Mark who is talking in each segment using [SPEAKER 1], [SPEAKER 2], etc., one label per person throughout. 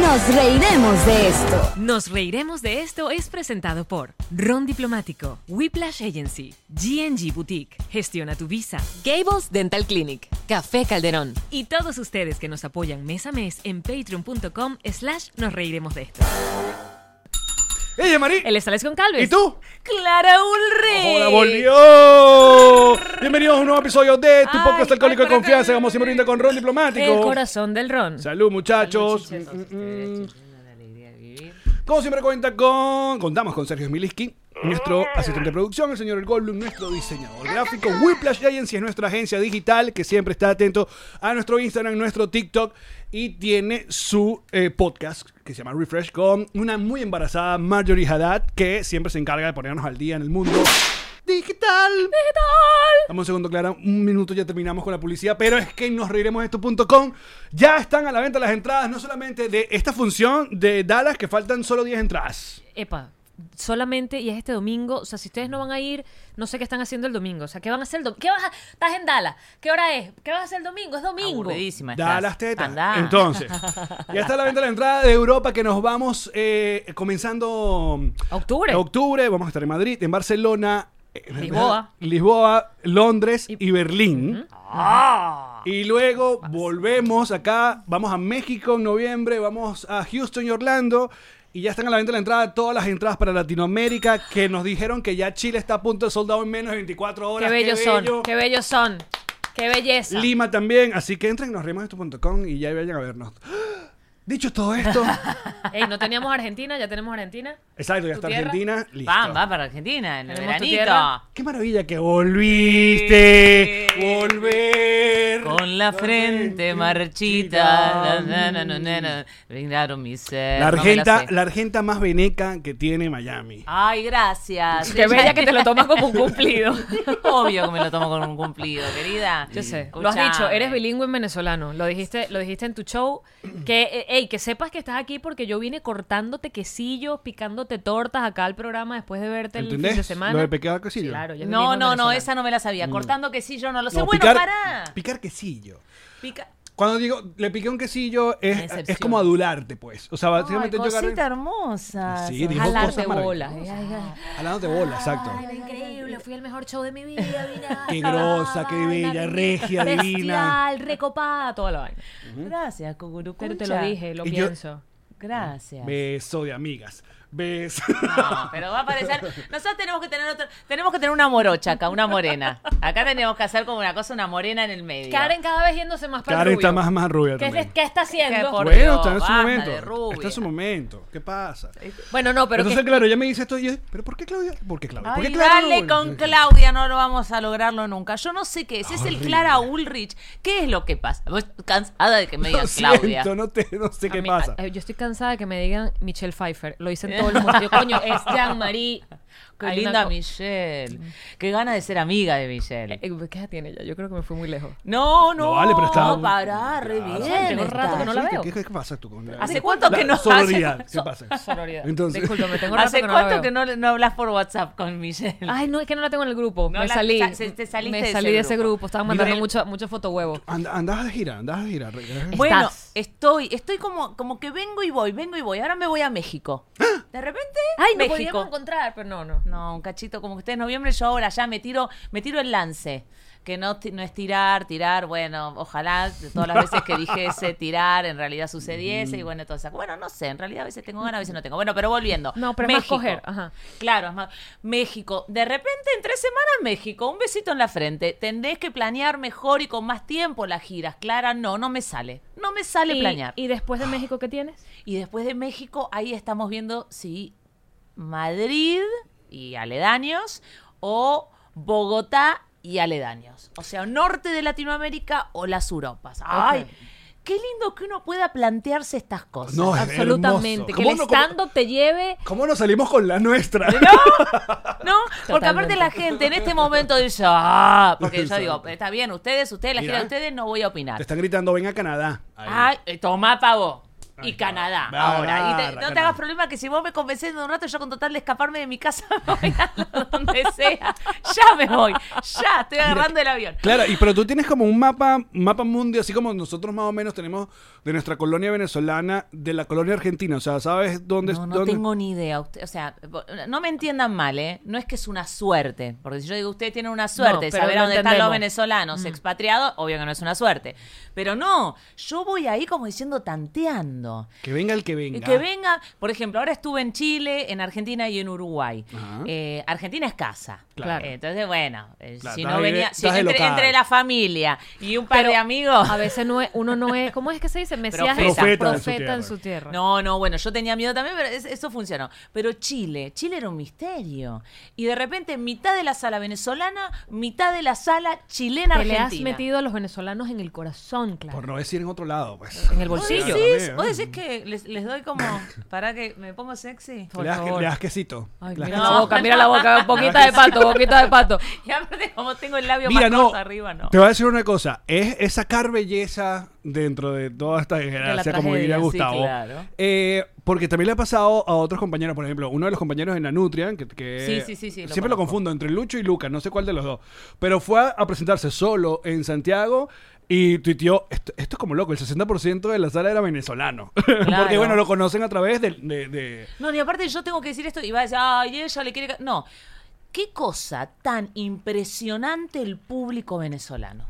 [SPEAKER 1] Nos reiremos de esto.
[SPEAKER 2] Nos reiremos de esto es presentado por Ron Diplomático, Whiplash Agency, GNG Boutique, Gestiona tu Visa, Gables Dental Clinic, Café Calderón y todos ustedes que nos apoyan mes a mes en patreon.com slash nos reiremos de esto.
[SPEAKER 3] ¡Ella, Marí!
[SPEAKER 2] Él es Alex Goncalves.
[SPEAKER 3] ¿Y tú?
[SPEAKER 2] ¡Clara Ulrich!
[SPEAKER 3] ¡Hola, volvió! Bienvenidos a un nuevo episodio de Tu
[SPEAKER 2] Ay,
[SPEAKER 3] Podcast Alcohólico
[SPEAKER 2] ay,
[SPEAKER 3] de
[SPEAKER 2] para
[SPEAKER 3] Confianza.
[SPEAKER 2] acá.
[SPEAKER 3] Como siempre, brinda con Ron
[SPEAKER 2] El
[SPEAKER 3] Diplomático.
[SPEAKER 2] corazón del Ron.
[SPEAKER 3] Salud, muchachos. Mm,
[SPEAKER 2] Muchachos, ustedes, chicos, la alegría de vivir.
[SPEAKER 3] Como siempre, cuenta con. Contamos con Sergio Smiliski, nuestro asistente de producción, el señor El Goldblum, nuestro diseñador gráfico. Whiplash Agency es nuestra agencia digital que siempre está atento a nuestro Instagram, nuestro TikTok y tiene su eh, podcast que se llama Refresh con una muy embarazada Marjorie Haddad que siempre se encarga de ponernos al día en el mundo digital. Dame un segundo, Clara. Un minuto ya terminamos con la publicidad, pero es que nos reiremos de esto.com. Ya están a la venta las entradas, no solamente de esta función de Dallas, que faltan solo 10 entradas.
[SPEAKER 2] Epa, solamente, y es este domingo, o sea, si ustedes no van a ir, no sé qué están haciendo el domingo, o sea, ¿qué van a hacer el domingo? ¿Qué vas a, estás en Dallas? ¿Qué hora es? ¿Qué vas a hacer el domingo? Es domingo.
[SPEAKER 4] Aburridísima estás.
[SPEAKER 3] Dallas tetas.
[SPEAKER 4] Andá.
[SPEAKER 3] Entonces, ya está a la venta la entrada de Europa, que nos vamos eh, comenzando
[SPEAKER 2] Octubre.
[SPEAKER 3] octubre. Vamos a estar en Madrid, en Barcelona, en-
[SPEAKER 2] Lisboa.
[SPEAKER 3] Lisboa, Londres y, Berlín. Y luego volvemos acá, vamos a México en noviembre, vamos a Houston y Orlando. Y ya están a la venta la entrada todas las entradas para Latinoamérica que nos dijeron que ya Chile está a punto de soldado en menos de 24
[SPEAKER 2] qué
[SPEAKER 3] horas.
[SPEAKER 2] bellos
[SPEAKER 3] bello.
[SPEAKER 2] son, qué bellos son, qué belleza.
[SPEAKER 3] Lima también, así que entren en esto.com y ya vayan a vernos. Dicho todo esto,
[SPEAKER 2] Ey, no teníamos Argentina, ya tenemos Argentina.
[SPEAKER 3] exacto, ya
[SPEAKER 2] ¿Tu
[SPEAKER 3] está
[SPEAKER 2] tierra?
[SPEAKER 3] Argentina, listo.
[SPEAKER 4] Van, van para Argentina en el
[SPEAKER 2] Tenemos tu
[SPEAKER 4] veranito.
[SPEAKER 2] tierra.
[SPEAKER 3] Qué maravilla que volviste, volver.
[SPEAKER 4] Con la frente marchita, na, na, na, na, na, brindaron mi ser.
[SPEAKER 3] La
[SPEAKER 4] No me
[SPEAKER 3] argenta,
[SPEAKER 4] sé. Ah,
[SPEAKER 3] la argenta más veneca que tiene Miami.
[SPEAKER 4] Ay, gracias.
[SPEAKER 2] Qué bella que te lo tomas como un cumplido.
[SPEAKER 4] Obvio que me lo tomo con un cumplido, querida.
[SPEAKER 2] Yo sé, lo has dicho, eres bilingüe en venezolano, lo dijiste, lo dijiste en tu show, que eh, ey, que sepas que estás aquí porque yo vine cortándote quesillos, picándote tortas acá al programa después de verte el fin de
[SPEAKER 3] ¿Entendés?
[SPEAKER 2] semana.
[SPEAKER 3] Lo de pecado que sí.
[SPEAKER 2] Claro, ya es bilingüe
[SPEAKER 4] No,
[SPEAKER 2] en
[SPEAKER 4] no, no,
[SPEAKER 2] venezolano.
[SPEAKER 4] esa no me la sabía. Cortando que sí, yo no lo sé.
[SPEAKER 3] Mm. No,
[SPEAKER 4] bueno,
[SPEAKER 3] picar,
[SPEAKER 4] pará.
[SPEAKER 3] Picar quesillo.
[SPEAKER 4] Pica.
[SPEAKER 3] Cuando digo, le piqué un quesillo, es,
[SPEAKER 4] Decepción.
[SPEAKER 3] es como adularte, pues. O sea,
[SPEAKER 4] Ay,
[SPEAKER 3] básicamente yo agarré...
[SPEAKER 4] cosita hermosa.
[SPEAKER 3] Sí, dijo
[SPEAKER 2] Jalar
[SPEAKER 3] cosas
[SPEAKER 2] de bola.
[SPEAKER 3] maravillosas. Jalándote bola, exacto.
[SPEAKER 2] Era increíble, fui el mejor show de mi vida. mira.
[SPEAKER 3] Qué grosa, qué bella, regia, divina.
[SPEAKER 2] Bestial, recopada, toda la vaina.
[SPEAKER 4] Gracias, Cucurucucha.
[SPEAKER 2] Pero te lo dije, lo
[SPEAKER 3] Y yo-
[SPEAKER 2] pienso.
[SPEAKER 4] Gracias.
[SPEAKER 3] Beso de amigas. Beso.
[SPEAKER 4] No, pero va a aparecer. Nosotros tenemos que tener otro- tenemos que tener una morocha acá, una morena. Acá tenemos que hacer como una cosa, una morena en el medio.
[SPEAKER 2] Karen cada vez yéndose más para
[SPEAKER 3] Karen
[SPEAKER 2] el rubio.
[SPEAKER 3] está más, más rubia
[SPEAKER 2] ¿Qué,
[SPEAKER 3] también.
[SPEAKER 2] es- qué está
[SPEAKER 4] Que
[SPEAKER 2] haciendo?
[SPEAKER 4] por-
[SPEAKER 3] Bueno,
[SPEAKER 4] Dios,
[SPEAKER 3] está en su
[SPEAKER 4] basta de
[SPEAKER 3] momento.
[SPEAKER 4] rubia.
[SPEAKER 3] Está en su momento. ¿Qué pasa?
[SPEAKER 2] Bueno, no, pero que-
[SPEAKER 3] Entonces, claro, ella me dice esto y yo, ¿pero por qué Claudia? ¿Por qué Claudia? ¿Por qué
[SPEAKER 4] Ay,
[SPEAKER 3] Claudia no
[SPEAKER 4] dale
[SPEAKER 3] vuelve?
[SPEAKER 4] con Claudia, no lo vamos a lograrlo nunca. Yo no sé qué es, es el
[SPEAKER 3] Horrible.
[SPEAKER 4] Clara Ulrich. ¿Qué es lo que pasa? Vos cansada de que me digan
[SPEAKER 3] Lo
[SPEAKER 4] Claudia.
[SPEAKER 3] siento, no, te, no sé
[SPEAKER 2] A
[SPEAKER 3] qué
[SPEAKER 2] mí-
[SPEAKER 3] pasa.
[SPEAKER 2] a- eh, yo estoy cansada de que me digan Michelle Pfeiffer. Lo dicen todo el mundo. Yo, coño, es Jean-Marie.
[SPEAKER 4] Qué
[SPEAKER 2] Hay una
[SPEAKER 4] linda
[SPEAKER 2] co-
[SPEAKER 4] Michelle. Qué gana de ser amiga de Michelle.
[SPEAKER 2] Eh, ¿Qué edad tiene ya? Yo creo que me fui muy lejos.
[SPEAKER 4] No, no.
[SPEAKER 3] No, vale, pero está- Ah,
[SPEAKER 4] Pará, re
[SPEAKER 3] Claro,
[SPEAKER 4] bien.
[SPEAKER 2] tengo
[SPEAKER 4] está.
[SPEAKER 2] rato que no la
[SPEAKER 3] ¿Qué-
[SPEAKER 2] veo.
[SPEAKER 3] ¿Qué, qué pasa tú con
[SPEAKER 4] ¿Hace cuánto que no
[SPEAKER 3] Sororidad,
[SPEAKER 4] hace-
[SPEAKER 3] ¿qué pasa?
[SPEAKER 2] Sororidad.
[SPEAKER 3] Entonces-
[SPEAKER 2] Discúlpame, tengo rato
[SPEAKER 4] ¿Hace
[SPEAKER 2] que no la
[SPEAKER 4] cuánto
[SPEAKER 2] veo.
[SPEAKER 4] que no, no hablas por WhatsApp con Michelle?
[SPEAKER 2] Ay, no, es que no la tengo en el grupo.
[SPEAKER 4] No
[SPEAKER 2] me
[SPEAKER 4] la-
[SPEAKER 2] salí.
[SPEAKER 4] sa- se- te saliste
[SPEAKER 2] me
[SPEAKER 4] de
[SPEAKER 2] salí
[SPEAKER 4] ese
[SPEAKER 2] de ese
[SPEAKER 4] grupo.
[SPEAKER 2] grupo. Estaba mandando
[SPEAKER 4] Nivel-
[SPEAKER 2] mucho, mucho fotohuevo.
[SPEAKER 3] And- andabas de gira, andabas de gira. re- re-
[SPEAKER 4] Bueno,
[SPEAKER 2] Estás.
[SPEAKER 4] estoy, estoy como, como que vengo y voy, vengo y voy. Ahora me voy a México. De repente,
[SPEAKER 2] ¡Ah! Ay, no podíamos
[SPEAKER 4] México.
[SPEAKER 2] encontrar, pero no, no.
[SPEAKER 4] No, un cachito, como que usted en noviembre, yo ahora ya me tiro, me tiro el lance. Que no, ti- no es tirar, tirar, bueno, ojalá de todas las veces que dijese tirar, en realidad sucediese,
[SPEAKER 2] Mm.
[SPEAKER 4] y bueno, todo eso. Bueno, no sé, en realidad a veces tengo ganas, a veces no tengo. Bueno, pero volviendo.
[SPEAKER 2] No, pero es más coger, ajá.
[SPEAKER 4] Claro, es más. México. De repente, en tres semanas, México. Un besito en la frente. Tendés que planear mejor y con más tiempo las giras. Clara, no, no me sale. No me sale
[SPEAKER 2] y,
[SPEAKER 4] planear.
[SPEAKER 2] ¿Y después de México qué tienes?
[SPEAKER 4] Y después de México, ahí estamos viendo si Madrid y aledaños o Bogotá y aledaños. O sea, norte de Latinoamérica o las Europas. ¡Ay! Qué lindo que uno pueda plantearse estas cosas.
[SPEAKER 3] No, eh. es
[SPEAKER 2] Absolutamente.
[SPEAKER 3] hermoso.
[SPEAKER 2] Que
[SPEAKER 3] ¿Cómo
[SPEAKER 2] el
[SPEAKER 3] no- cómo-
[SPEAKER 2] stand-up te lleve.
[SPEAKER 3] ¿Cómo nos salimos con la nuestra?
[SPEAKER 4] ¿No? Porque aparte
[SPEAKER 2] Totalmente.
[SPEAKER 4] la gente en este momento dice, ah, porque yo digo,
[SPEAKER 3] Exacto.
[SPEAKER 4] está bien, ustedes, ustedes, la
[SPEAKER 3] Mira.
[SPEAKER 4] gira de ustedes, no voy a
[SPEAKER 3] Te
[SPEAKER 4] opinar.
[SPEAKER 3] están gritando, ven a Canadá. Ahí.
[SPEAKER 4] Ay, eh, Ah, tomá pavo. y Canadá.
[SPEAKER 3] Barra,
[SPEAKER 4] ahora. Y te- no te
[SPEAKER 3] Canadá.
[SPEAKER 4] hagas problema que si vos me convencés de un rato, yo con total de escaparme de mi casa me voy a donde sea. Ya me voy. Ya estoy agarrando el avión.
[SPEAKER 3] Claro, y pero tú tienes como un mapa, mapa mundial, así como nosotros más o menos tenemos de nuestra colonia venezolana, de la colonia argentina. O sea, ¿sabes dónde?
[SPEAKER 4] No, no
[SPEAKER 3] dónde-
[SPEAKER 4] tengo ni idea. Usted- o sea, bo- no me entiendan mal, ¿eh? No es que es una suerte. Porque si yo digo, ustedes tienen una suerte,
[SPEAKER 5] pero
[SPEAKER 4] saber a
[SPEAKER 5] lo
[SPEAKER 4] dónde están los
[SPEAKER 5] entendemos.
[SPEAKER 3] Mm.
[SPEAKER 4] venezolanos expatriados, obvio que no es una suerte. Pero no, yo voy ahí como diciendo tanteando.
[SPEAKER 3] Que venga el que venga.
[SPEAKER 4] Y Que venga, por ejemplo, ahora estuve en Chile, en Argentina y en Uruguay.
[SPEAKER 3] Ajá.
[SPEAKER 4] Eh, Argentina es casa.
[SPEAKER 3] Claro.
[SPEAKER 4] Eh, Entonces, bueno, eh,
[SPEAKER 3] Claro,
[SPEAKER 4] si
[SPEAKER 3] estás de-
[SPEAKER 4] no venía, si
[SPEAKER 3] estás de
[SPEAKER 4] entre,
[SPEAKER 3] local.
[SPEAKER 4] entre la familia y un par
[SPEAKER 2] Pero
[SPEAKER 4] de amigos.
[SPEAKER 2] A veces no es- uno no es, ¿cómo es que se dice? Mesías
[SPEAKER 4] Profeta.
[SPEAKER 2] es-
[SPEAKER 3] Profeta en su
[SPEAKER 2] profeta en
[SPEAKER 3] tierra.
[SPEAKER 2] su tierra.
[SPEAKER 4] No, no, bueno, yo tenía miedo también, pero es- eso funcionó. Pero Chile, Chile era un misterio. Y de repente, mitad de la sala venezolana, mitad de la sala chilena
[SPEAKER 2] Que le has
[SPEAKER 4] argentina.
[SPEAKER 2] metido a los venezolanos en el corazón, claro.
[SPEAKER 3] Por no decir en otro lado, pues.
[SPEAKER 2] En el
[SPEAKER 4] ¿Vos
[SPEAKER 2] bolsillo.
[SPEAKER 3] Sí.
[SPEAKER 4] decís,
[SPEAKER 3] también,
[SPEAKER 4] vos
[SPEAKER 3] ¿eh?
[SPEAKER 4] decís que les, les doy como, para que me pongo sexy?
[SPEAKER 2] Por
[SPEAKER 3] le, das,
[SPEAKER 2] favor.
[SPEAKER 3] le das quesito.
[SPEAKER 2] Ay,
[SPEAKER 3] Le das
[SPEAKER 2] mira
[SPEAKER 4] No.
[SPEAKER 2] la boca, mira la boca, boquita de pato, boquita de pato.
[SPEAKER 4] Y aparte, como tengo el labio
[SPEAKER 3] Mira,
[SPEAKER 4] más
[SPEAKER 3] no,
[SPEAKER 4] corto arriba, no.
[SPEAKER 3] Te voy a decir una cosa. Es, es sacar belleza dentro de toda esta desgracia, como
[SPEAKER 2] tragedia,
[SPEAKER 3] diría
[SPEAKER 2] sí,
[SPEAKER 3] Gustavo.
[SPEAKER 4] claro.
[SPEAKER 3] Eh, porque también le ha pasado a otros compañeros. Por ejemplo, uno de los compañeros de Nanutria, que, que
[SPEAKER 4] Sí, sí, sí, sí, lo
[SPEAKER 3] siempre lo
[SPEAKER 4] conozco.
[SPEAKER 3] confundo entre Lucho y Lucas, no sé cuál de los dos. Pero fue a, a presentarse solo en Santiago. Y tuiteó, esto, esto es como loco, el 60% de la sala era venezolano. Porque
[SPEAKER 4] Claro.
[SPEAKER 3] bueno, lo conocen a través de... de- de-
[SPEAKER 4] No, ni aparte yo tengo que decir esto y va a decir, ay, ella le quiere... ca-". No, qué cosa tan impresionante el público venezolano.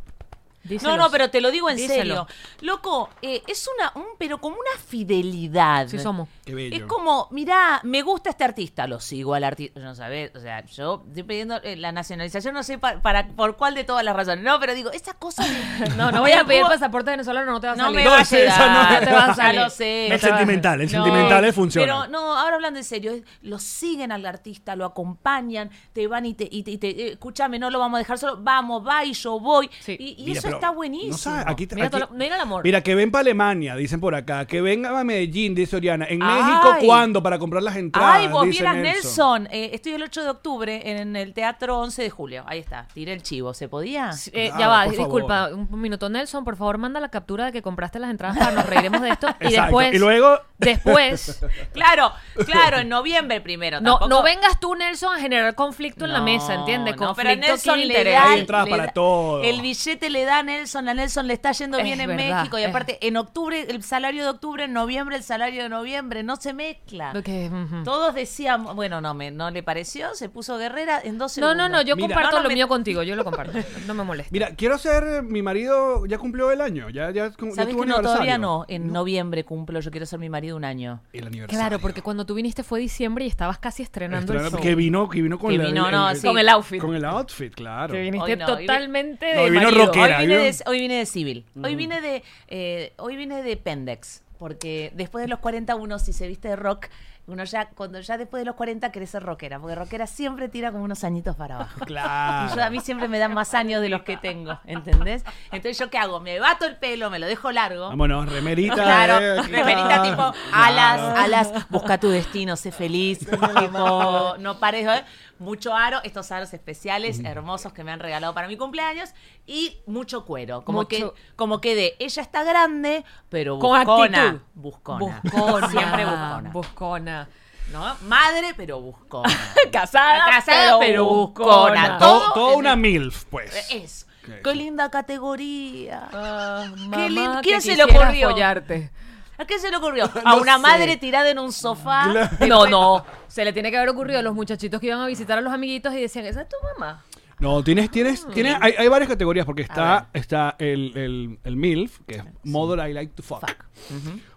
[SPEAKER 2] Díselos.
[SPEAKER 4] No, no, pero te lo digo en
[SPEAKER 2] Díselo.
[SPEAKER 4] serio. Loco, eh, es una, un, pero como una fidelidad.
[SPEAKER 2] Sí somos.
[SPEAKER 3] Qué bello.
[SPEAKER 4] Es como, mirá, me gusta este artista, lo sigo al artista. No sabés, o sea, yo estoy pidiendo eh, la nacionalización, no sé pa- para, por cuál de todas las razones. No, pero digo, esa cosa. de-
[SPEAKER 2] No, no voy a pedir
[SPEAKER 4] Cuba-
[SPEAKER 2] pasaporte venezolano, no te va a
[SPEAKER 4] No
[SPEAKER 2] salir.
[SPEAKER 4] me va a
[SPEAKER 3] sí, esa
[SPEAKER 4] llegar,
[SPEAKER 3] no.
[SPEAKER 4] no te va a
[SPEAKER 2] salir.
[SPEAKER 4] Ya lo sé.
[SPEAKER 2] No
[SPEAKER 3] el
[SPEAKER 2] te va-
[SPEAKER 3] sentimental, el
[SPEAKER 4] No,
[SPEAKER 3] sentimental es Eh, funciona.
[SPEAKER 4] Pero no, ahora hablando en serio, es- lo siguen al artista, lo acompañan, te van y te, y te, y te- eh, escúchame, no lo vamos a dejar solo, vamos, va y yo voy.
[SPEAKER 2] Sí.
[SPEAKER 4] Y, y
[SPEAKER 3] Mira,
[SPEAKER 4] eso
[SPEAKER 3] pero
[SPEAKER 4] está
[SPEAKER 3] no
[SPEAKER 4] buenísimo.
[SPEAKER 3] sabes, aquí te-
[SPEAKER 2] Mira,
[SPEAKER 3] aquí-
[SPEAKER 2] todo lo- mira el amor.
[SPEAKER 3] Mira, que ven para Alemania, dicen por acá. Que vengan a Medellín, dice Oriana. ¿En
[SPEAKER 4] Ay.
[SPEAKER 3] México cuándo? Para comprar las entradas.
[SPEAKER 4] Ay, vos
[SPEAKER 3] dice
[SPEAKER 4] vieras Nelson, Eh, estoy el 8 de octubre en el Teatro 11 de Julio, ahí está, tiré el chivo, ¿se podía?
[SPEAKER 2] Sí, eh, ya
[SPEAKER 3] Claro,
[SPEAKER 2] va,
[SPEAKER 3] por favor.
[SPEAKER 2] disculpa, un un minuto. Nelson, por favor, manda la captura de que compraste las entradas para nos reiremos de esto. y
[SPEAKER 3] Exacto,
[SPEAKER 2] después.
[SPEAKER 3] y luego-
[SPEAKER 2] Después.
[SPEAKER 4] Claro, claro, en noviembre primero.
[SPEAKER 2] No,
[SPEAKER 4] tampoco-
[SPEAKER 2] no vengas tú, Nelson, a generar conflicto en la mesa, ¿entiendes?
[SPEAKER 4] No, no,
[SPEAKER 2] Conflicto
[SPEAKER 4] pero a Nelson
[SPEAKER 2] sin
[SPEAKER 4] le
[SPEAKER 2] interés.
[SPEAKER 4] da,
[SPEAKER 3] Hay entradas
[SPEAKER 4] le
[SPEAKER 3] para
[SPEAKER 4] da-
[SPEAKER 3] todo.
[SPEAKER 4] El billete le da a Nelson, a Nelson le está yendo
[SPEAKER 2] Es
[SPEAKER 4] bien en
[SPEAKER 2] verdad,
[SPEAKER 4] México y
[SPEAKER 2] es-
[SPEAKER 4] aparte en octubre el salario de octubre, en noviembre el salario de noviembre, no se mezcla.
[SPEAKER 2] Lo que- ujú.
[SPEAKER 4] Todos decíamos, bueno, no me no le pareció, se puso guerrera en 12
[SPEAKER 2] No, no, no, yo
[SPEAKER 3] Mira.
[SPEAKER 2] comparto
[SPEAKER 4] No, no,
[SPEAKER 2] lo
[SPEAKER 4] me-
[SPEAKER 2] mío contigo, yo lo comparto. No me molesta.
[SPEAKER 3] Mira, quiero ser. Mi marido ya cumplió el año. Ya, ya, ya tuvo
[SPEAKER 4] ¿Sabes que no,
[SPEAKER 3] aniversario.
[SPEAKER 4] todavía no? En noviembre cumplo, yo quiero ser mi marido un año.
[SPEAKER 3] El aniversario.
[SPEAKER 2] Claro, porque cuando tú viniste fue diciembre y estabas casi estrenando
[SPEAKER 3] Estrenando-
[SPEAKER 2] el show.
[SPEAKER 3] Que vino, que vino con
[SPEAKER 4] Que
[SPEAKER 3] la-
[SPEAKER 4] vino,
[SPEAKER 3] el,
[SPEAKER 4] no,
[SPEAKER 3] el-
[SPEAKER 4] sí.
[SPEAKER 2] Con el outfit.
[SPEAKER 3] Con el outfit, claro.
[SPEAKER 2] Que viniste
[SPEAKER 4] Hoy no, hoy vi-
[SPEAKER 2] totalmente
[SPEAKER 3] No,
[SPEAKER 2] de
[SPEAKER 3] hoy vino
[SPEAKER 2] marido.
[SPEAKER 3] rockero. Rockera, Mm.
[SPEAKER 4] hoy, vine
[SPEAKER 3] ¿vieron?
[SPEAKER 4] de, hoy vine de civil. Hoy vine de eh, hoy vine de pendex, porque después de los 40 uno si se viste de rock, uno ya cuando ya después de los 40 querés ser rockera, porque rockera siempre tira como unos añitos para abajo.
[SPEAKER 3] Claro.
[SPEAKER 4] Y yo, a mí siempre me dan más años de los que tengo, ¿entendés? Entonces yo qué hago? Me bato el pelo, me lo dejo largo.
[SPEAKER 3] Vámonos, remerita.
[SPEAKER 4] Claro,
[SPEAKER 3] eh, aquí,
[SPEAKER 4] remerita
[SPEAKER 3] claro.
[SPEAKER 4] tipo
[SPEAKER 3] Claro.
[SPEAKER 4] alas, alas, busca tu destino, sé feliz, tipo, no pares, ¿eh? mucho aro, estos aros especiales hermosos que me han regalado para mi cumpleaños y mucho cuero, como
[SPEAKER 2] Mucho.
[SPEAKER 4] que como que de ella está grande, pero
[SPEAKER 2] Con
[SPEAKER 4] buscona,
[SPEAKER 2] actitud.
[SPEAKER 4] buscona,
[SPEAKER 2] Buscona.
[SPEAKER 4] siempre buscona.
[SPEAKER 2] Buscona.
[SPEAKER 4] ¿no? Madre, pero buscona.
[SPEAKER 2] Casada,
[SPEAKER 4] Casada, pero buscona.
[SPEAKER 3] Todo,
[SPEAKER 4] Todo- Eh,
[SPEAKER 3] todo una MILF, pues.
[SPEAKER 4] Eso.
[SPEAKER 3] Ok.
[SPEAKER 4] Qué linda categoría.
[SPEAKER 2] Ah, Mamá,
[SPEAKER 4] lindo.
[SPEAKER 2] que
[SPEAKER 4] ¿Quién se le
[SPEAKER 2] quisiera
[SPEAKER 4] ocurrió?
[SPEAKER 2] follarte.
[SPEAKER 4] ¿A qué se le ocurrió? A
[SPEAKER 3] No
[SPEAKER 4] una
[SPEAKER 3] sé.
[SPEAKER 4] madre tirada en un sofá.
[SPEAKER 2] No, no. Se le tiene que haber ocurrido a los muchachitos que iban a visitar a los amiguitos y decían, esa es tu mamá.
[SPEAKER 3] No, tienes, tienes,
[SPEAKER 2] Ah.
[SPEAKER 3] tienes, hay, hay varias categorías porque está, está el, el, el MILF, que es Mother I Like to Fuck.